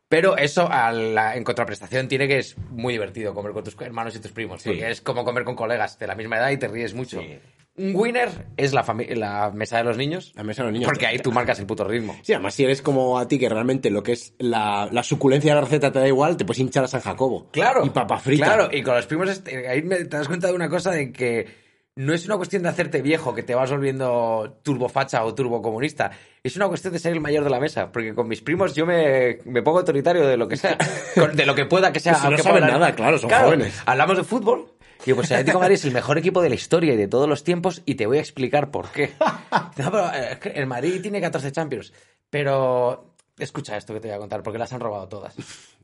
Pero eso a la- en contraprestación tiene que es muy divertido comer con tus hermanos y tus primos. Porque es como comer con colegas de la misma edad y te ríes mucho.
Sí.
Un winner es la, fami- la mesa de los niños.
La mesa de los niños.
Porque ahí tú marcas el puto ritmo.
Sí, además si eres como a ti que realmente lo que es la, la suculencia de la receta te da igual, te puedes hinchar a San Jacobo.
Claro.
Y papa frita.
Claro, y con los primos este, ahí me- te das cuenta de una cosa de que no es una cuestión de hacerte viejo, que te vas volviendo turbofacha o turbocomunista. Es una cuestión de ser el mayor de la mesa, porque con mis primos yo me, me pongo autoritario de lo
[LAUGHS]
que sea, con- de lo que pueda que sea.
Pues Si no
aunque
saben
pueda-
nada, claro, son jóvenes.
Hablamos de fútbol. Y yo, pues el Atlético de Madrid es el mejor equipo de la historia y de todos los tiempos y te voy a explicar por
[LAUGHS]
qué. No, pero, eh, es que el Madrid tiene 14 Champions, pero escucha esto que te voy a contar, porque las han robado todas.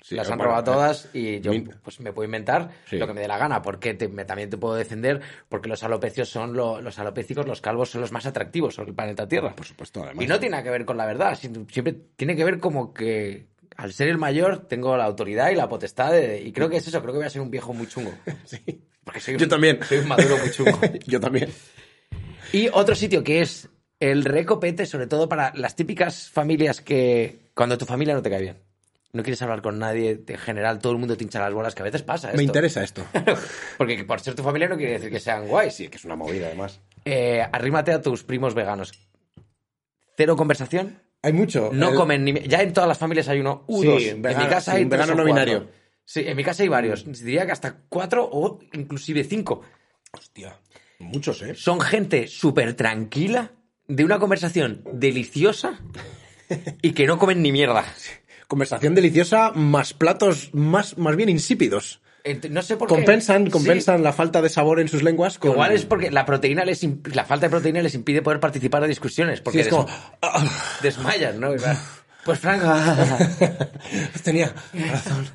Sí,
las han
bueno,
robado
eh.
todas cosas y yo
Min-
pues me puedo inventar
Sí.
lo que me dé la gana, porque te- me- también te puedo defender porque los alopecios son lo- los alopécicos, los calvos son los más atractivos sobre el planeta Tierra.
Por supuesto, además.
y no tiene nada que ver con la verdad, si- siempre tiene que ver como que al ser el mayor tengo la autoridad y la potestad de- y creo que es eso, creo que voy a ser un viejo muy
[LAUGHS]
chungo. Porque soy un-
Yo también.
Soy un maduro muy
[LAUGHS]
chungo.
[LAUGHS] Yo también.
Y otro sitio que es el recopete, sobre todo para las típicas familias que cuando tu familia no te cae bien. No quieres hablar con nadie, en general todo el mundo te hincha las bolas, que a veces pasa.
Me
esto.
interesa
[LAUGHS]
esto.
Porque por ser tu familia no quiere decir que sean guays.
Sí, que es una movida además.
Eh, arrímate a tus primos veganos. Cero conversación,
Hay mucho.
no
El-
comen ni... Ya en todas las familias hay uno, u
Sí,
dos. en
vegano-
mi casa
sí,
hay
un
tres
vegano
o
no
cuatro.
binario.
Sí, en mi casa hay varios. Diría que hasta cuatro o inclusive cinco.
Hostia. Muchos, ¿eh?
son gente súper tranquila, de una conversación deliciosa y que no comen ni mierda.
Conversación deliciosa más platos más, más bien insípidos.
Ent- No sé por qué.
Compensan,
Sí,
compensan la falta de sabor en sus lenguas con...
Igual es porque la proteína les imp- la falta de proteína les impide poder participar de discusiones. Porque
Sí, es
des-
como...
desmayan, ¿no?
[LAUGHS]
Pues Franco.
ah".
[LAUGHS]
Tenía [LAUGHS] razón.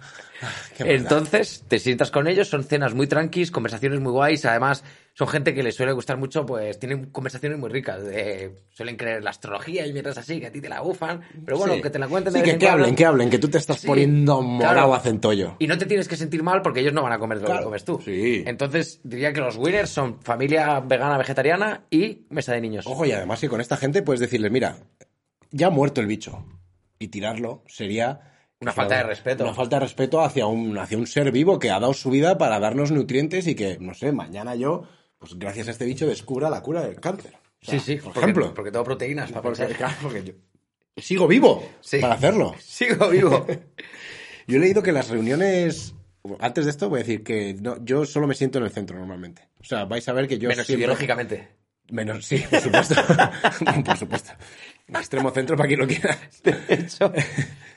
Qué maldad.
Entonces, te sientas con ellos, son cenas muy tranquis, conversaciones muy guays, además son gente que les suele gustar mucho, pues tienen conversaciones muy ricas, de- suelen creer en la astrología y mierdas así, que a ti te la bufan, pero bueno,
Sí.
que te la cuenten de
Sí,
vez
que,
en
que
cuando.
hablen, que hablen, que tú te estás
Sí,
poniendo morado
claro.
a centollo.
Y no te tienes que sentir mal porque ellos no van a comer lo que
Claro,
comes tú.
sí.
Entonces, diría que los winners son familia vegana, vegetariana y mesa de niños.
Ojo, y además que con esta gente puedes decirles, mira, ya ha muerto el bicho. Y tirarlo sería
Una falta de
Una-
respeto.
Una falta de respeto hacia un, hacia un ser vivo que ha dado su vida para darnos nutrientes y que, no sé, mañana yo, pues gracias a este bicho, descubra la cura del cáncer. O sea,
sí, sí.
Por
porque-
ejemplo.
Porque tengo proteínas para
Porque,
pensar.
claro, porque yo sigo vivo
Sí.
para hacerlo.
[LAUGHS] Sigo vivo.
[LAUGHS] Yo he leído que las reuniones. Antes de esto voy a decir que no- yo solo me siento en el centro normalmente. O sea, vais a ver que yo
Menos
siempre- [LAUGHS]
ideológicamente.
Menos, sí, por supuesto. [LAUGHS] por supuesto. Extremo centro para quien lo quiera.
De hecho,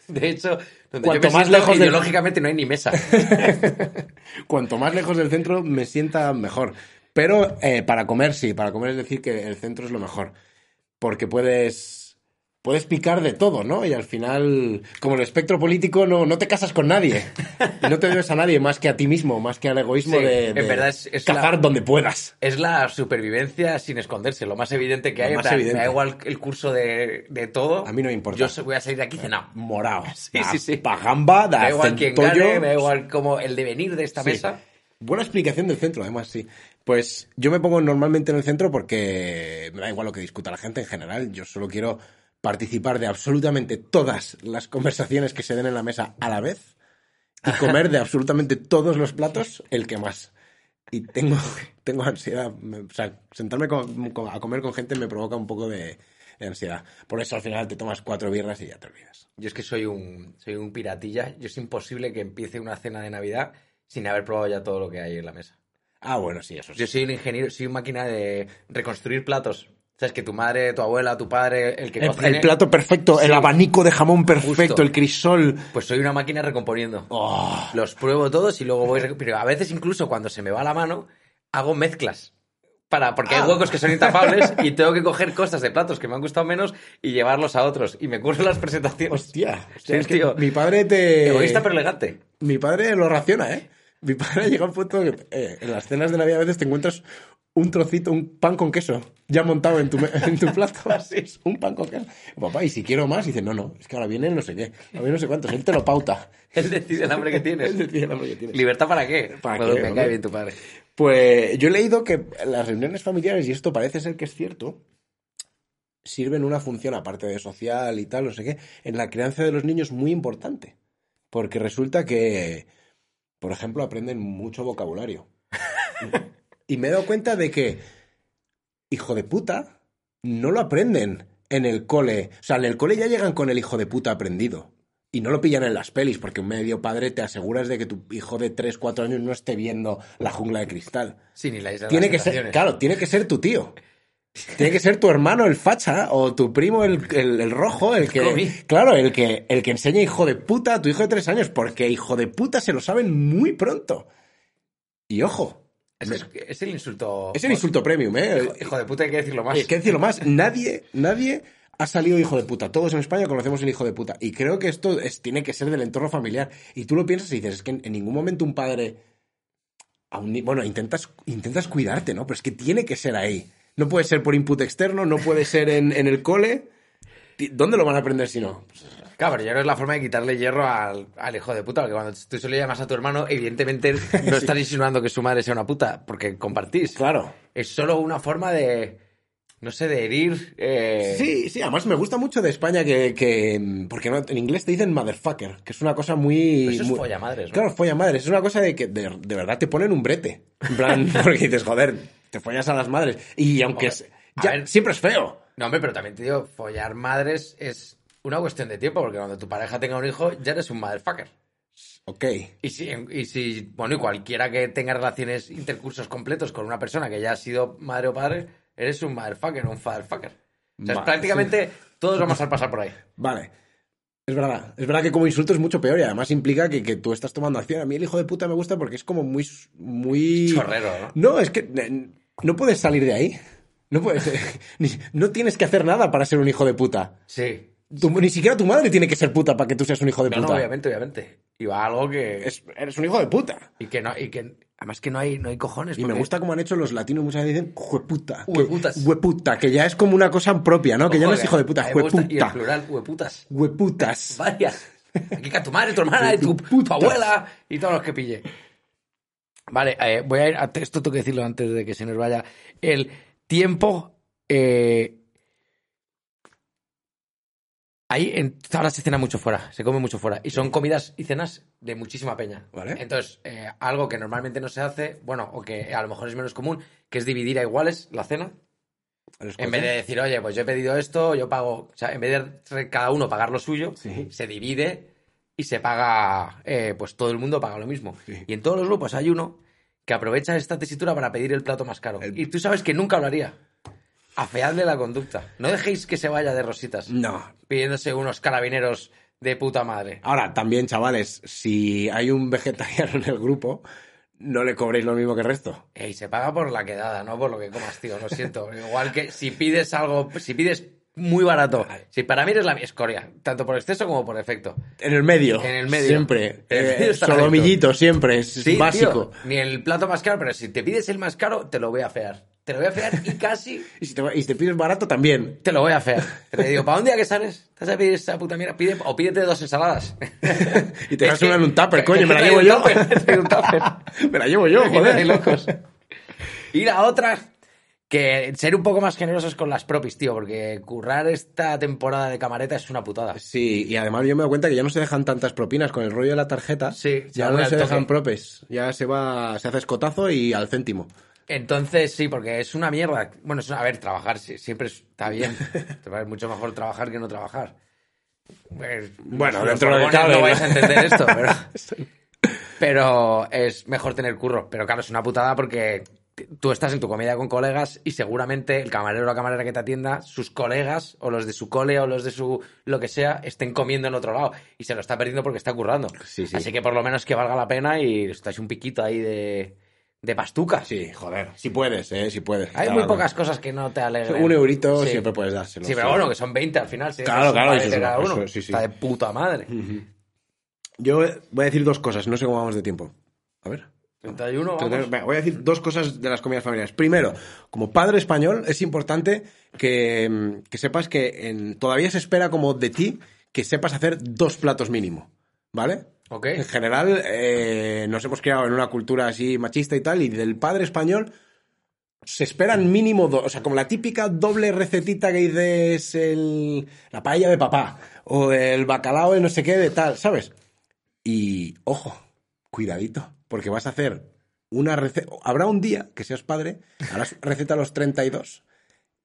de hecho donde
Cuanto
yo me
más
siento,
lejos del-
ideológicamente no hay ni mesa.
Cuanto más lejos del centro me sienta mejor. Pero eh, para comer sí, para comer es decir que el centro es lo mejor. Porque puedes, puedes picar de todo, ¿no? Y al final, como el espectro político, no, no te casas con
[LAUGHS]
nadie. Y no te debes a nadie más que a ti mismo, más que al egoísmo
Sí,
de,
en
de
verdad es- es
cazar
la-
donde puedas.
[LAUGHS] Es la supervivencia sin esconderse, lo más evidente que
Lo
hay. en
más
plan,
evidente.
Me da igual el curso de, de todo.
A mí no me importa.
Yo so- voy a salir de aquí cenado.
Morao.
[LAUGHS] Sí, sí, sí.
Pajamba,
Me
da
da igual quién
centollo.
gane, me da igual como el devenir de esta
Sí.
mesa.
Buena explicación del centro, además, sí. Pues yo me pongo normalmente en el centro porque me da igual lo que discuta la gente en general. Yo solo quiero participar de absolutamente todas las conversaciones que se den en la mesa a la vez y comer de absolutamente todos los platos el que más. Y tengo, [LAUGHS] tengo ansiedad. me- o sea, sentarme con- con- a comer con gente me provoca un poco de, de ansiedad. Por eso al final te tomas cuatro birras y ya te olvidas.
Yo es que soy un, soy un piratilla. Yo es imposible que empiece una cena de Navidad sin haber probado ya todo lo que hay en la mesa.
Ah, bueno, sí, eso sí.
Yo soy un ingeniero, soy una máquina de reconstruir platos. Sabes que tu madre, tu abuela, tu padre, el que
El,
cocine,
el plato perfecto, el
Sí.
abanico de jamón perfecto,
Justo.
el crisol.
Pues soy una máquina recomponiendo.
Oh,
Los pruebo todos y luego voy. recu- Pero a veces, incluso cuando se me va la mano, hago mezclas. Para, porque
Ah.
hay huecos que son intapables y tengo que coger cosas de platos que me han gustado menos y llevarlos a otros. Y me curro las presentaciones.
hostia.
Sí,
es que
tío.
Mi padre te.
Egoísta pero elegante.
Mi padre lo raciona, ¿eh? Mi padre llega a un punto que eh, en las cenas de Navidad a veces te encuentras un trocito, un pan con queso, ya montado en tu, me- en tu plato. [LAUGHS] Así es, un pan con queso. Papá, y si quiero más, dice, no, no, es que ahora viene no sé qué, ahora viene no sé cuántos, él te lo pauta.
Él decide el hambre que tienes.
Él decide el hambre que tienes.
¿Libertad para qué?
¿Para
Bueno,
qué,
me
hombre?
cae bien tu padre.
Pues yo he leído que las reuniones familiares, y esto parece ser que es cierto, sirven una función, aparte de social y tal, no sé qué, en la crianza de los niños muy importante. Porque resulta que, por ejemplo, aprenden mucho vocabulario. y me he dado cuenta de que, hijo de puta, no lo aprenden en el cole. O sea, en el cole ya llegan con el hijo de puta aprendido. Y no lo pillan en las pelis, porque un medio padre te aseguras de que tu hijo de 3, 4 años no esté viendo la jungla de cristal.
Sí, ni la isla de
Tiene
las
que ser,
tentaciones.
claro, tiene que ser tu tío. Tiene que ser tu hermano el facha o tu primo el, el- el rojo, el que.
Comi.
Claro, el que, el que enseña hijo de puta a tu hijo de tres años, porque hijo de puta se lo saben muy pronto. Y ojo,
Es, que es- es el insulto.
es el insulto Eh, premium, ¿eh?
Hijo, hijo de puta, hay que decirlo más.
Y es que decirlo más, nadie, nadie ha salido hijo de puta. Todos en España conocemos el hijo de puta. Y creo que esto es- tiene que ser del entorno familiar. Y tú lo piensas y dices, es que en, en ningún momento un padre. a un ni- bueno, intentas, intentas cuidarte, ¿no? Pero es que tiene que ser ahí. No puede ser por input externo, no puede ser en, en el cole. Ti- ¿Dónde lo van a aprender si no? Pues,
Claro, pero yo no es la forma de quitarle hierro al, al hijo de puta, porque cuando tú se lo llamas a tu hermano,
[LAUGHS]
evidentemente no estás insinuando que su madre sea una puta, porque compartís.
Claro.
Es solo una forma de, no sé, de herir. eh,
Sí, sí, además me gusta mucho de España que. que, mm, porque no- en inglés te dicen motherfucker, que es una cosa muy.
Pero eso es
muy-
follamadres, ¿no?
Claro, follamadres. Es una cosa de que de, de verdad te ponen un brete. En
[LAUGHS]
plan, porque dices, joder, te follas a las madres. Y aunque.
Hombre,
es-
a
ya,
ver.
siempre es feo.
No, hombre, pero también te digo, follar madres es una cuestión de tiempo, porque cuando tu pareja tenga un hijo, ya eres un motherfucker.
Ok.
Y si, y si, bueno, y cualquiera que tenga relaciones intercursos completos con una persona que ya ha sido madre o padre, eres un motherfucker, un fatherfucker. O sea, es
Va,
prácticamente todos vamos a pasar por ahí.
Vale. Es verdad. Es verdad que como insulto es mucho peor y además implica que, que tú estás tomando acción. A mí el hijo de puta me gusta porque es como muy. muy...
Chorrero, ¿no?
No, es que eh, no puedes salir de ahí. No puedes. eh, [LAUGHS] ni- no tienes que hacer nada para ser un hijo de puta.
Sí.
Tu- ni siquiera tu madre tiene que ser puta para que tú seas un hijo de
No, no,
puta.
obviamente, obviamente. Y va algo que.
Es- eres un hijo de puta.
Y que no, y que. Además que no hay, no hay cojones.
Y me
porque-
gusta como han hecho los latinos, muchas veces dicen jueputa. que-
Hueputas.
Hueputa, que ya es como una cosa propia, ¿no? Que ya no es
Joder,
hijo de puta,
a mí me gusta- Y en
jueputa.
plural, hueputas.
Hueputas.
Varias. Aquí que a tu madre, tu hermana, y tu,
Hueputas.
tu abuela y todos los que pille. Vale, eh, voy a ir. a- Esto tengo que decirlo antes de que se nos vaya. El tiempo. eh, Ahí en Tablas se cena mucho fuera, se come mucho fuera. Y son comidas y cenas de muchísima peña.
Vale.
Entonces, eh, algo que normalmente no se hace, bueno, o que a lo mejor es menos común, que es dividir a iguales la cena.
A los
En vez de
coches.
decir, oye, pues yo he pedido esto, yo pago. O sea, en vez de re- cada uno pagar lo suyo,
Sí.
se divide y se paga. eh, pues todo el mundo paga lo mismo.
Sí.
Y en todos los grupos hay uno que aprovecha esta tesitura para pedir el plato más caro.
El-
Y tú sabes que nunca lo haría. Afeadle la conducta.
Eh.
No dejéis que se vaya de rositas
No.
pidiéndose unos carabineros de puta madre.
Ahora, también, chavales, si hay un vegetariano en el grupo, no le cobréis lo mismo que el resto.
Y se paga por la quedada, no por lo que comas, tío.
[LAUGHS]
Lo siento. Igual que si pides algo, si pides muy barato. Si para mí eres la escoria, tanto por exceso como por defecto.
En el medio.
En el medio.
Siempre.
En el
Eh,
medio está la
solomillito, siempre. Es
Sí,
básico.
tío, ni el plato más caro, pero si te pides el más caro, te lo voy a fear. Te lo voy a fear y casi
Y si te, va- y si te pides barato, también.
te lo voy a fear. Te digo, ¿para un día que sales? ¿Te vas a pedir esa puta mierda? Pide- o pídete dos ensaladas.
Y te
Es
das
que-
una en un tupper,
[LAUGHS] es
coño,
que
me la
te
llevo
doy un
yo. [LAUGHS]
tupper, te doy un tupper.
me la llevo yo,
[LAUGHS] Imagínate,
joder.
locos. Y la otra, que ser un poco más generosos con las propis, tío, porque currar esta temporada de camareta es una putada.
Sí, y además yo me doy cuenta que ya no se dejan tantas propinas con el rollo de la tarjeta.
Sí, se
ya
vuelve
no
al
se dejan
toque.
propes. Ya se va, se hace escotazo y al céntimo.
Entonces, sí, porque es una mierda. Bueno, es una- a ver, trabajar sí, siempre
[LAUGHS]
está bien. es mucho mejor trabajar que no trabajar. Eh,
Bueno,
los
dentro de lo que
borbones
cabe,
No
¿no?
vais a
[LAUGHS]
entender esto, pero... pero es mejor tener curro. Pero claro, es una putada porque t- tú estás en tu comida con colegas y seguramente el camarero o la camarera que te atienda, sus colegas o los de su cole o los de su lo que sea, estén comiendo en otro lado y se lo está perdiendo porque está currando.
Sí, sí.
Así que por lo menos que valga la pena y estáis un piquito ahí de, de pastuca.
Sí, joder. Si puedes, eh, si puedes.
Hay
Está
muy
claro.
pocas cosas que no te alegran.
Un eurito
Sí.
siempre puedes dárselo.
Sí, pero bueno, que son 20 al final. sí,
Claro,
eso es
claro,
un
eso es
paquete
una-
cada uno.
eso, sí, sí.
Está de puta madre.
Yo eh, voy a decir dos cosas, no sé cómo vamos de tiempo. A ver.
31, vamos.
Pero, venga, Voy a decir dos cosas de las comidas familiares. Primero, como padre español, es importante que, mm, que sepas que en- todavía se espera como de ti que sepas hacer dos platos mínimo, ¿vale?
Ok.
En general, eh, nos hemos creado en una cultura así machista y tal, y del padre español se esperan mínimo dos, o sea, como la típica doble recetita que dices el, la paella de papá o el bacalao de no sé qué de tal, ¿sabes? Y ojo, cuidadito, porque vas a hacer una receta. Habrá un día que seas padre, harás receta a los 32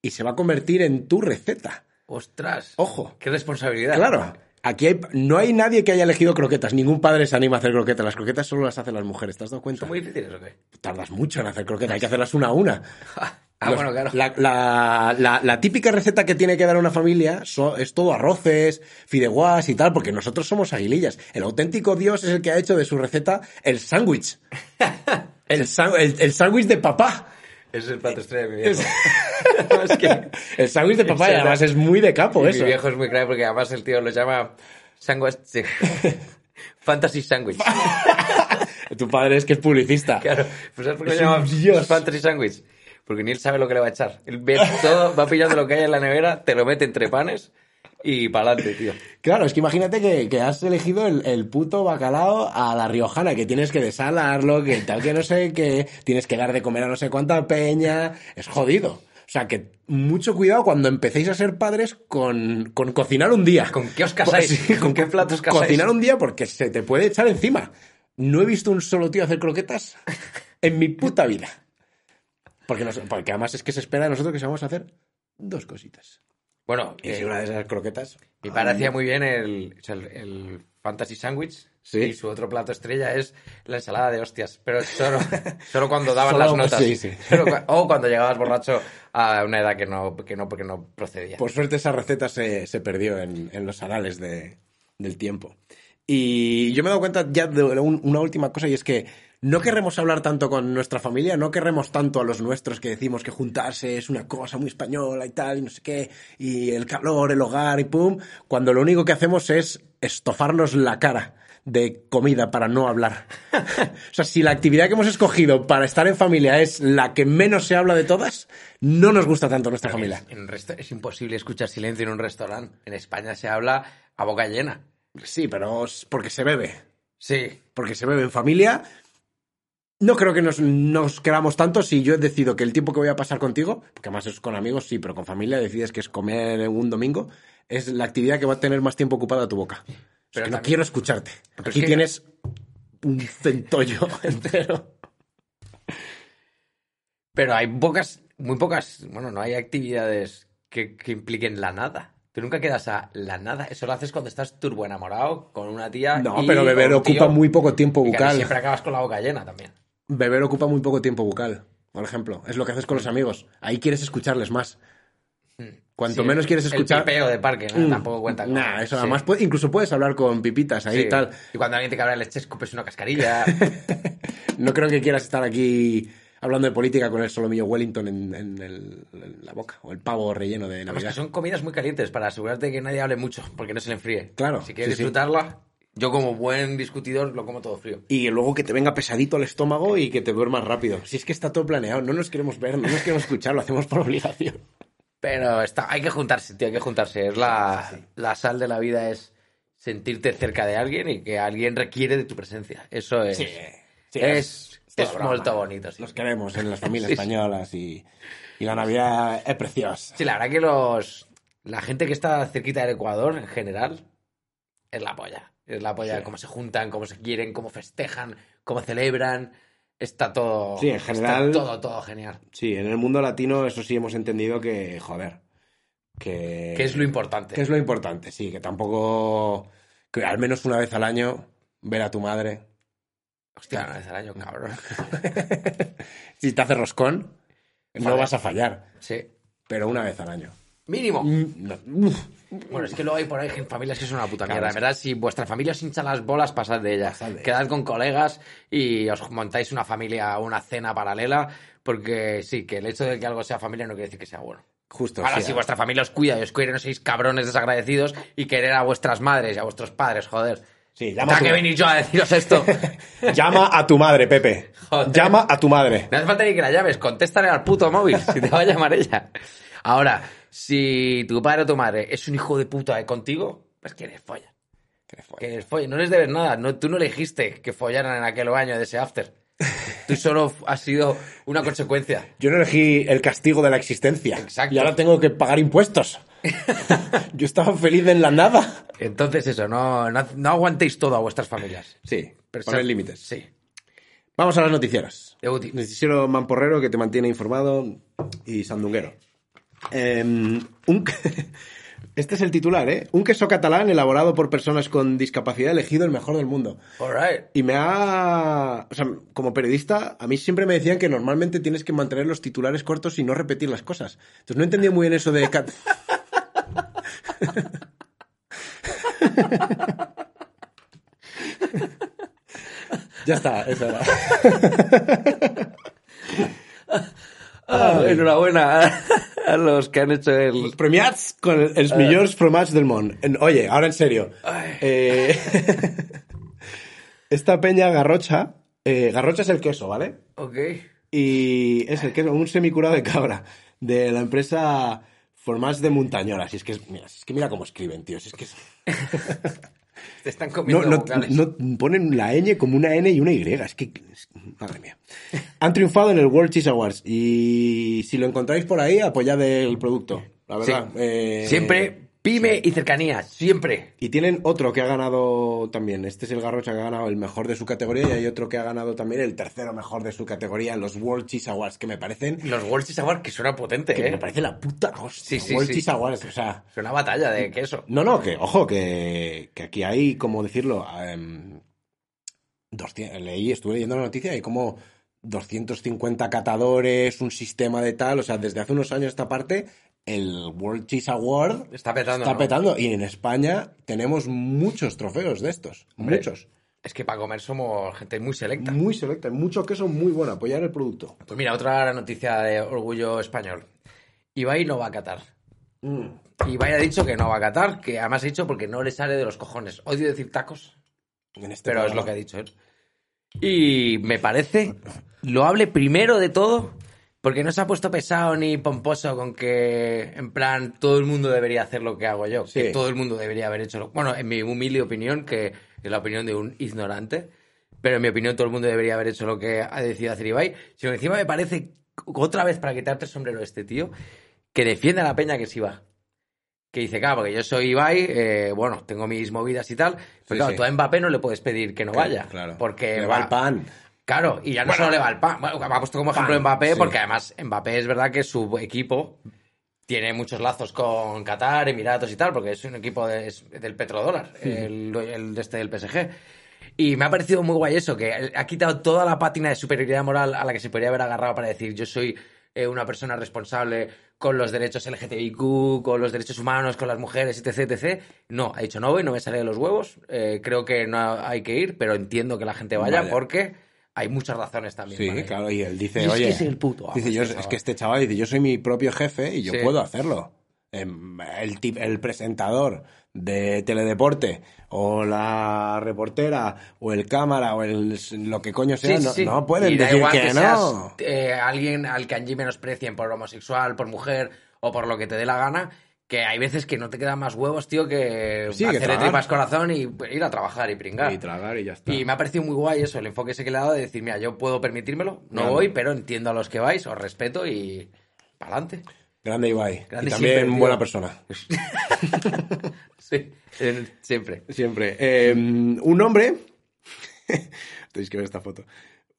y se va a convertir en tu receta.
Ostras.
Ojo.
Qué responsabilidad.
Claro. Aquí hay- no hay nadie que haya elegido croquetas. Ningún padre se anima a hacer croquetas. Las croquetas solo las hacen las mujeres. ¿Te has dado cuenta?
¿Son muy difíciles o qué? [LAUGHS]
Tardas mucho en hacer croquetas. Hay que hacerlas una a una.
Ah,
Los-
bueno, claro.
La, la- la- la típica receta que tiene que dar una familia so- es todo arroces, fideuás y tal, porque nosotros somos aguilillas. El auténtico Dios es el que ha hecho de su receta el
[LAUGHS]
sándwich. El sán- el- el sándwich de papá.
Es el plato estrella de
[LAUGHS]
mi viejo. es que
El sándwich de
[LAUGHS]
papá, y
Exacto.
además es muy de capo
mi
eso.
viejo es muy grave porque además el tío lo llama sándwich.
[LAUGHS]
sí. Fantasy Sandwich.
Tu padre es que es publicista.
Claro. Pues ¿Sabes por qué
Es
lo llama
un dios.
Fantasy Sandwich? Porque ni él sabe lo que le va a echar. Él ve todo, va pillando lo que hay en la nevera, te lo mete entre panes y para adelante, tío.
Claro, es que imagínate que, que has elegido el, el puto bacalao a la riojana, que tienes que desalarlo, que tal, que no sé qué, tienes que dar de comer a no sé cuánta peña, es jodido. O sea, que mucho cuidado cuando empecéis a ser padres con, con cocinar un día.
¿Con qué os casáis?
Pues sí,
¿Con qué platos casáis?
Cocinar un día porque se te puede echar encima. No he visto un solo tío hacer croquetas en mi puta vida. Porque, nos- porque además es que se espera de nosotros que vamos a hacer dos cositas.
Bueno,
Y
eh,
si una de esas croquetas...
mi padre hacía muy bien el, o sea, el- el Fantasy Sandwich.
Sí.
Y su otro plato estrella es la ensalada de hostias.
[LAUGHS]
Pero solo, solo cuando daban
Solo-
las notas.
sí, sí.
Solo cua- o cuando llegabas borracho a una edad que no, que no, que no procedía.
Por suerte esa receta se, se perdió en, en los anales de- del tiempo. Y yo me he dado cuenta ya de un- una última cosa y es que no querremos hablar tanto con nuestra familia, no querremos tanto a los nuestros que decimos que juntarse es una cosa muy española y tal y no sé qué, y el calor, el hogar y pum, cuando lo único que hacemos es estofarnos la cara de comida para no hablar. [LAUGHS] o sea, si la actividad que hemos escogido para estar en familia es la que menos se habla de todas, no nos gusta tanto nuestra familia.
En un resto- es imposible escuchar silencio en un restaurante. En España se habla a boca llena.
Sí, pero es porque se bebe.
Sí.
Porque se bebe en familia. No creo que nos, nos queramos tanto si yo decido que el tiempo que voy a pasar contigo, porque además es con amigos, sí, pero con familia decides que es comer un domingo, es la actividad que va a tener más tiempo ocupada tu boca. Pero
Pero
no
también-
quiero escucharte.
Pero
Aquí
es que-
tienes un centollo [LAUGHS] entero.
Pero hay pocas, muy pocas, bueno, no hay actividades que, que impliquen la nada. Tú nunca quedas a la nada. Eso lo haces cuando estás turbo enamorado con una tía.
No,
Ah, y
pero
con
beber
un tío,
ocupa muy poco tiempo
y casi
bucal.
Siempre acabas con la boca llena también.
Beber ocupa muy poco tiempo bucal, por ejemplo. Es lo que haces con los amigos. Ahí quieres escucharles más. Cuanto
Mm. Sí,
menos quieres escuchar.
El pipeo de parque, ¿no?
Mm,
tampoco cuenta. como-
Nah, eso
sí,
además puede- incluso puedes hablar con pipitas ahí
sí.
y tal.
Y cuando alguien te cabra leche, escupes una
[LAUGHS]
cascarilla.
No creo que quieras estar aquí hablando de política con el solomillo Wellington en, en el- en la boca o el pavo relleno de
además que
Navidad.
son comidas muy calientes para asegurarte que nadie hable mucho, porque no se le enfríe.
Claro,
Si quieres
sí, sí.
disfrutarla, yo como buen discutidor lo como todo frío.
Y luego que te venga pesadito el estómago y que te duermas rápido. Si es que está todo planeado, no nos queremos ver, no nos queremos escuchar, lo hacemos por obligación.
Pero está, hay que juntarse, tío, hay que juntarse. Es la, la sal de la vida es sentirte cerca de alguien y que alguien requiere de tu presencia. Eso es.
sí,
es
es toda
es
broma. ¿eh?
muy bonito. Sí.
Los queremos en las familias
Sí, sí.
españolas y, y la Navidad es preciosa.
Sí, la verdad que los la gente que está cerquita del Ecuador en general es la polla. Es la polla
Sí.
cómo se juntan, cómo se quieren, cómo festejan, cómo celebran. Está todo.
Sí, en
está
general-
todo, todo genial.
Sí, en el mundo latino eso sí hemos entendido que, joder, que...
Que es lo importante.
eh, que es lo importante, sí, que tampoco... Que al menos una vez al año ver a tu madre.
Hostia, una vez al año, cabrón. [LAUGHS]
Si te hace roscón, no
Joder.
vas a fallar,
Sí.
pero una vez al año.
Mínimo.
Mm, no. Uf,
Bueno, es que luego hay por ahí [LAUGHS] gen- familias que son una puta
Claro,
mierda.
es
En verdad, si vuestra familia os hincha las bolas, pasad de ellas.
Pasad de
Quedad con colegas y os montáis una familia, una cena paralela, porque sí, que el hecho de que algo sea familia no quiere decir que sea bueno.
Justo.
Ahora,
Pues sí, ¿eh?
si vuestra familia os cuida y os cuida y no sois cabrones desagradecidos y querer a vuestras madres y a vuestros padres, joder.
Sí, llama a
Tengo
tu-
que venir yo a deciros esto. no
[LAUGHS] Llama a tu madre, Pepe.
Joder.
Llama a tu
[LAUGHS]
madre.
hace falta ni que la llames, contéstale al puto móvil si te va a llamar ella. Ahora, si tu padre o tu madre es un hijo de puta eh, contigo, pues que eres folla. Que les follen. No les debes nada. No, tú no elegiste que follaran en aquel baño de ese after. Tú solo has sido una consecuencia.
Yo no elegí el castigo de la existencia.
Exacto.
Y ahora tengo que pagar
[LAUGHS]
impuestos. Yo estaba feliz en la nada.
Entonces eso, no, no, no aguantéis todo a vuestras familias.
Sí,
Pero
poner
sí-
límites.
Sí.
Vamos a las noticieras.
Es útil.
Noticiero mamporrero que te mantiene informado y sandunguero. Eh, un- [LAUGHS] Este es el titular, ¿eh? Un queso catalán elaborado por personas con discapacidad elegido el mejor del mundo.
All right.
Y me ha... O sea, como periodista, a mí siempre me decían que normalmente tienes que mantener los titulares cortos y no repetir las cosas. Entonces no he entendido muy bien eso de... cat- [LAUGHS] ya está, esa era.
Ah, enhorabuena a, a los que han hecho el...
Premiats con els
Eh.
millors formats del món. En- Oye, ahora en serio. Eh, [LAUGHS] esta peña garrocha... eh, garrocha es el queso, ¿vale?
Ok.
Y es el queso, un semicurado de cabra de la empresa Formats de Montañola. Si es que es, mira, si es que mira cómo escriben, tío. Si es que es-
Te están
no,
comiendo
no-
vocales.
no ponen la ñ como una N y una Y. Es que, es- madre mía. Han triunfado en el World Cheese Awards. Y si lo encontráis por ahí, apoyad el producto. La
Sí.
verdad. Eh,
Siempre pyme y cercanía. Siempre.
Y tienen otro que ha ganado también. Este es el Garrocha que ha ganado el mejor de su categoría. Y hay otro que ha ganado también el tercero mejor de su categoría en los World Cheese Awards. Que me parecen
Los World Cheese Awards, que suena potente,
que
¿eh?
me parece la puta hostia.
Sí, sí,
World
sí.
Cheese Awards, o sea.
Suena batalla de queso.
No, no, que, ojo, que, que aquí hay, como decirlo, em, 200 leí, estuve leyendo la noticia y como 250 catadores, un sistema de tal, o sea, desde hace unos años esta parte, el World Cheese Award
Está petando,
está
¿no?
petando. Y en España tenemos muchos trofeos de estos,
Hombre.
muchos.
Es que para comer somos gente muy selecta.
Muy selecta, mucho queso, muy bueno, apoyar el producto.
Pues mira, otra noticia de orgullo español. Ibai no va a Qatar. Mm. Ibai ha dicho que no va a Qatar, que además ha dicho porque no le sale de los cojones. Odio decir tacos,
En este
pero es
programa.
lo que ha dicho él. Y me parece lo hable primero de todo, porque no se ha puesto pesado ni pomposo con que, en plan, todo el mundo debería hacer lo que hago yo.
Sí.
Que todo el mundo debería haber hecho lo... Bueno, en mi humilde opinión, que es la opinión de un ignorante, pero en mi opinión todo el mundo debería haber hecho lo que ha decidido hacer Ibai. Sino que encima me parece, otra vez para quitarte el sombrero este tío, que defiende a la peña que sí va. que dice, claro, porque yo soy Ibai, eh, bueno, tengo mis movidas y tal, pero
Sí,
claro,
sí.
tú a Mbappé no le puedes pedir que no
Claro,
vaya.
claro.
Porque
Le va
va-
el pan.
Claro, y ya no solo le va el pan. Bueno, me ha puesto como ejemplo
Pan,
Mbappé,
sí.
porque además Mbappé es verdad que su equipo tiene muchos lazos con Qatar, Emiratos y tal, porque es un equipo de- es del petrodólar, el, el de este del PSG. Y me ha parecido muy guay eso, que él ha quitado toda la pátina de superioridad moral a la que se podría haber agarrado para decir yo soy eh, una persona responsable con los derechos LGTBIQ, con los derechos humanos, con las mujeres, etc, etc. No, ha dicho no voy, no me sale de los huevos, eh, creo que no hay que ir, pero entiendo que la gente vaya
Vaya.
porque hay muchas razones también.
Sí,
para ir.
claro, y él dice,
Y es que
oye,
es el puto amo
dice, yo,
este
es
chaval".
que este chaval dice, yo soy mi propio jefe y yo
Sí.
puedo hacerlo. Em, El, tip- el presentador de teledeporte o la reportera o el cámara o el lo que coño sea
Sí,
no,
sí.
no pueden
Y da
decir
igual
que,
que seas,
no
eh, alguien al que allí menosprecien por homosexual, por mujer o por lo que te dé la gana, que hay veces que no te quedan más huevos, tío, que
Sí, que
hacerle
tragar.
tripas corazón y ir a trabajar y pringar.
y tragar y ya está
Y me ha parecido muy guay eso, el enfoque ese que le ha dado de decir, mira, yo puedo permitírmelo, no
Claro.
voy, pero entiendo a los que vais, os respeto y para adelante.
grande Ibai
Grande
y también
siempre, tío.
buena persona
[LAUGHS] Sí, en- siempre.
Siempre. Eh, un hombre. [LAUGHS] Tenéis que ver esta foto.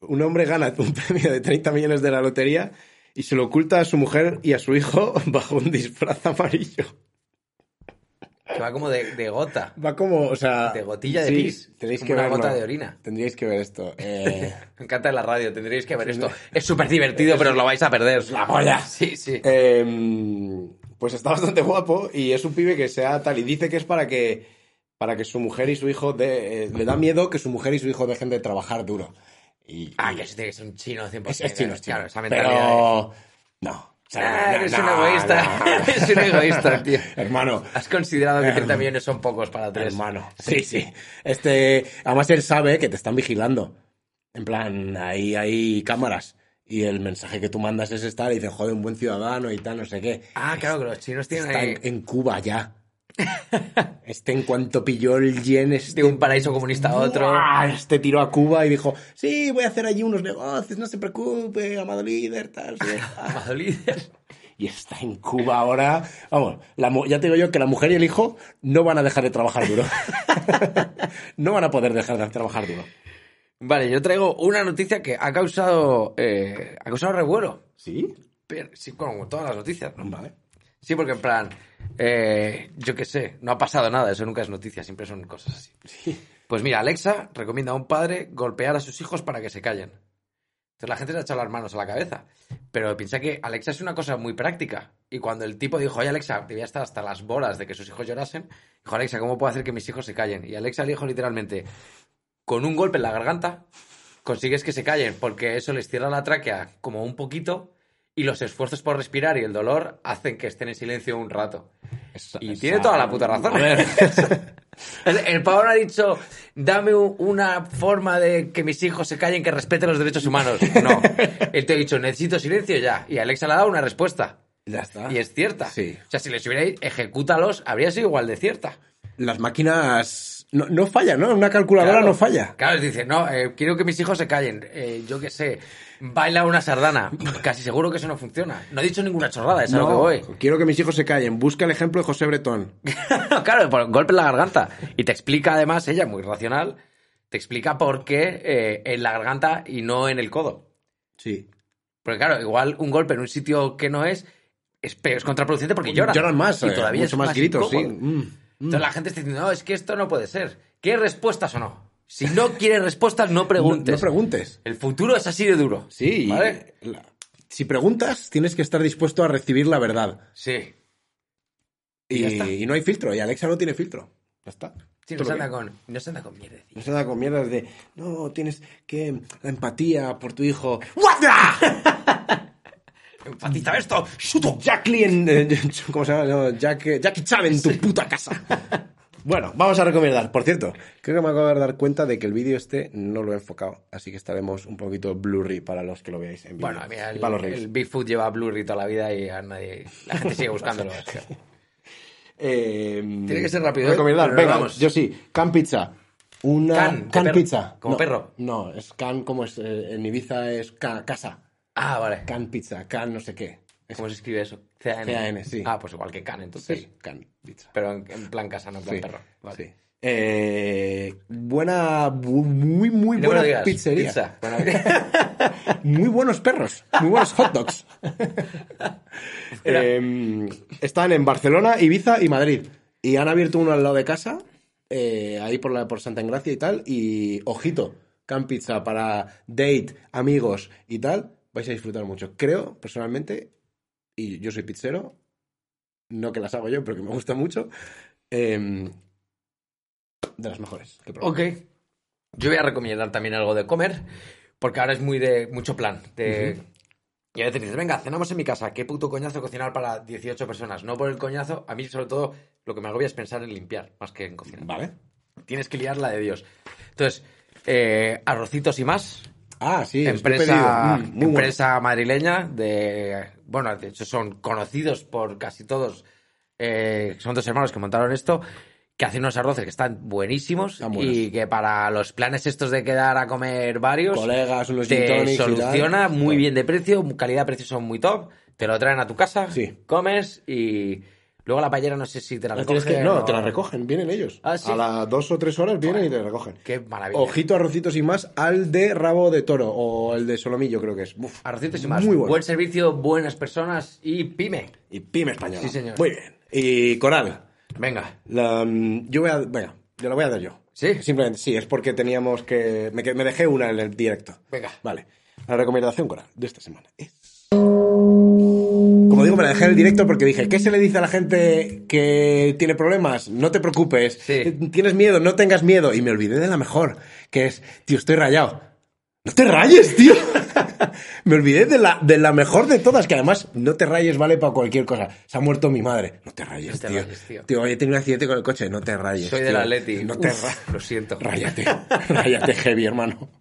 Un hombre gana un premio de 30 millones de la lotería y se lo oculta a su mujer y a su hijo [LAUGHS] bajo un disfraz amarillo.
Que va como de, de gota.
Va como, o sea.
De gotilla de pis.
Tenéis
Como
que
una
verlo.
gota de orina.
Tendríais que ver esto. Eh,
[LAUGHS] Me encanta la radio, tendréis que ver esto. Es súper divertido, pero os lo vais a perder.
la polla.
Sí, sí.
eh, pues está bastante guapo y es un pibe que sea tal. Y dice que es para que. Para que su mujer y su hijo. de- eh, le da miedo que su mujer y su hijo dejen de trabajar duro. Y,
Ah,
y-
que eso tiene que ser un chino 100%.
Es, es chino, es chino.
Pues Claro, esa mentalidad. de-
Pero. No. O [LAUGHS] sea,
Ah,
no,
eres
no,
un egoísta.
no, no.
[LAUGHS] eres un egoísta, tío.
Hermano.
Has considerado que 30 millones son pocos para tres.
Hermano. Sí, sí. Este. Además, él sabe que te están vigilando. En plan, ahí hay cámaras. Y el mensaje que tú mandas es estar y dicen, joder, un buen ciudadano y tal, no sé qué.
Ah, claro, eh. que los chinos tienen
Está
ahí
en, en Cuba
[LAUGHS]
ya. Este, en cuanto pilló el yen, este
de un paraíso comunista
[LAUGHS]
a otro.
¡buah! Este tiró a Cuba y dijo, sí, voy a hacer allí unos negocios, no se preocupe, amado líder, tal. sí".
[LAUGHS] Amado líder.
Y está en Cuba ahora. Vamos, la mu- ya te digo yo que la mujer y el hijo no van a dejar de trabajar duro. [LAUGHS] no van a poder dejar de trabajar duro.
Vale, yo traigo una noticia que ha causado, eh, ha causado revuelo.
¿Sí?
Pero, sí, como todas las noticias. ¿no?
Mm, Vale.
Sí, porque en plan, eh, yo qué sé, no ha pasado nada, eso nunca es noticia, siempre son cosas así. Pues mira, Alexa recomienda a un padre golpear a sus hijos para que se callen. Entonces la gente se ha echado las manos a la cabeza. Pero piensa que Alexa es una cosa muy práctica. Y cuando el tipo dijo, oye Alexa, debía estar hasta las bolas de que sus hijos llorasen, dijo, Alexa, ¿cómo puedo hacer que mis hijos se callen? Y Alexa le dijo literalmente, con un golpe en la garganta, consigues que se callen, porque eso les cierra la tráquea como un poquito y los esfuerzos por respirar y el dolor hacen que estén en silencio un rato. Y tiene toda la puta razón.
A
[LAUGHS]
ver.
El- El pavo no ha dicho, dame u- una forma de que mis hijos se callen, que respeten los derechos humanos. No. Él te ha dicho, necesito silencio ya. Y Alexa le ha dado una respuesta.
ya está.
Y es cierta.
Sí.
O sea, si les hubiera dicho, ejecútalos, habría sido igual de cierta.
Las máquinas no, no fallan, ¿no? Una calculadora
Claro.
no falla.
Claro, dice, no, eh, quiero que mis hijos se callen. Eh, yo qué sé, baila una sardana. Casi seguro que eso no funciona. No he dicho ninguna chorrada, es a lo que voy. [LAUGHS]
quiero que mis hijos se callen. Busca el ejemplo de José Bretón.
claro, por un golpe en la garganta. Y te explica además, ella, muy racional, te explica por qué eh, en la garganta y no en el codo.
Sí.
Porque claro, igual un golpe en un sitio que no es es, pe- es contraproducente porque lloran.
más,
y
eh,
todavía
mucho
es
más gritos, sí.
incómodo.
Mm, mm.
Entonces la gente está diciendo, no, es que esto no puede ser. ¿Quieres respuestas o no? Si no quieres respuestas, no preguntes.
No, no preguntes.
El futuro es así de duro.
Sí. y
¿Vale?
la- si preguntas, tienes que estar dispuesto a recibir la verdad.
Sí. Y
Y,
ya está.
y no hay filtro, y Alexa no tiene filtro. Ya está.
Sí, no
Todo
se
bien.
anda con, no se anda con mierdecillas.
No se anda con mierdas de, no, tienes que la empatía por tu hijo. ¡What the-
[LAUGHS] Enfatiza esto.
¡Shut up, Jack Lee en- en- eh, [LAUGHS] ¿Cómo se llama? No, Jack, eh, Jackie Chan en tu puta casa. Bueno, vamos a recomendar. Por cierto, creo que me acabo de dar cuenta de que el vídeo este no lo he enfocado, así que estaremos un poquito blurry para los que lo veáis en vídeo.
Bueno, a mí el,
y para los reels.
el Bigfoot lleva Blurry toda la vida y a nadie, la gente
[LAUGHS]
sigue buscándolo.
Eh,
Tiene que ser rápido, ¿eh?
Recomendar,
Pero
venga,
vamos.
yo sí. Can pizza. Una
Can, de perro,
pizza.
como
No,
perro.
No, es can como es eh, en Ibiza es ca- casa.
Ah, vale.
Can pizza, can no sé qué.
¿Cómo se escribe eso? CAN.
CAN, sí.
Ah, pues igual que can, entonces.
Sí, can, pizza.
Pero en, en plan casa, no en plan
Sí,
perro. Vale.
sí. Eh, buena, bu- muy, muy
Y no me
buena
lo digas,
pizzería.
pizza. Bueno,
[LAUGHS] Muy buenos perros, muy buenos hot dogs.
[LAUGHS]
Eh, están en Barcelona, Ibiza y Madrid. Y han abierto uno al lado de casa, eh, ahí por, la, por Santa Engracia y tal. Y ojito, Can Pizza para date, amigos y tal. Vais a disfrutar mucho. Creo, personalmente, y yo soy pizzero, no que las hago yo, pero que me gusta mucho, eh, de las mejores. que he probado.
ok. Yo voy a recomendar también algo de comer, porque ahora es muy de mucho plan. De... Y a veces dices, venga, cenamos en mi casa. Qué puto coñazo cocinar para 18 personas. No por el coñazo. A mí, sobre todo, lo que me agobia es pensar en limpiar, más que en cocinar.
Vale.
Tienes que liar la de Dios. Entonces, eh, arrocitos y más.
Ah, sí, estoy
empresa,
pedido. Mm, muy bueno.
empresa madrileña de bueno de hecho son conocidos por casi todos eh, son dos hermanos que montaron esto que hacen unos arroces que están buenísimos
Están buenos.
y que para los planes estos de quedar a comer varios
Colegas, unos gin
te
tonics y tal.
soluciona muy
Bueno.
bien de precio calidad precio son muy top te lo traen a tu casa
Sí.
comes y luego la paellera no sé si te la
La
recogen
Ah, tienes que- no,
o-
te la recogen, vienen ellos.
Ah, sí.
A las dos o tres horas vienen y te la recogen.
qué maravilla
Ojito, arrocitos y más al de rabo de toro o el de solomillo, creo que es. Uf,
arrocitos y más
Muy bueno.
buen servicio buenas personas y pyme
Y pyme española.
Sí, señor.
Muy bien. Y Coral.
venga
la, mm, yo voy a. Venga, yo la voy a dar yo.
¿Sí?
Simplemente, sí, es porque teníamos que. Me, que- me dejé una en el directo.
Venga.
Vale. La recomendación coral de esta semana es. Como digo, me la dejé en el directo porque dije, ¿qué se le dice a la gente que tiene problemas? No te preocupes.
Sí.
Tienes miedo, no tengas miedo. Y me olvidé de la mejor, que es, tío, estoy rayado. No te rayes, tío. [LAUGHS] me olvidé de la, de la mejor de todas, que además no te rayes vale para cualquier cosa. Se ha muerto mi madre. No te rayes,
No te
tío.
rayes, tío.
Tío, oye, tengo un accidente con el coche. No te rayes.
Soy
tío.
del Atleti.
No te
Uf,
rayes.
lo siento.
Ráyate, [LAUGHS] ráyate
[LAUGHS]
heavy, hermano.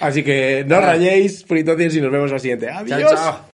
Así que no rayéis, fritos y nos vemos al siguiente. Adiós.
Chao, chao.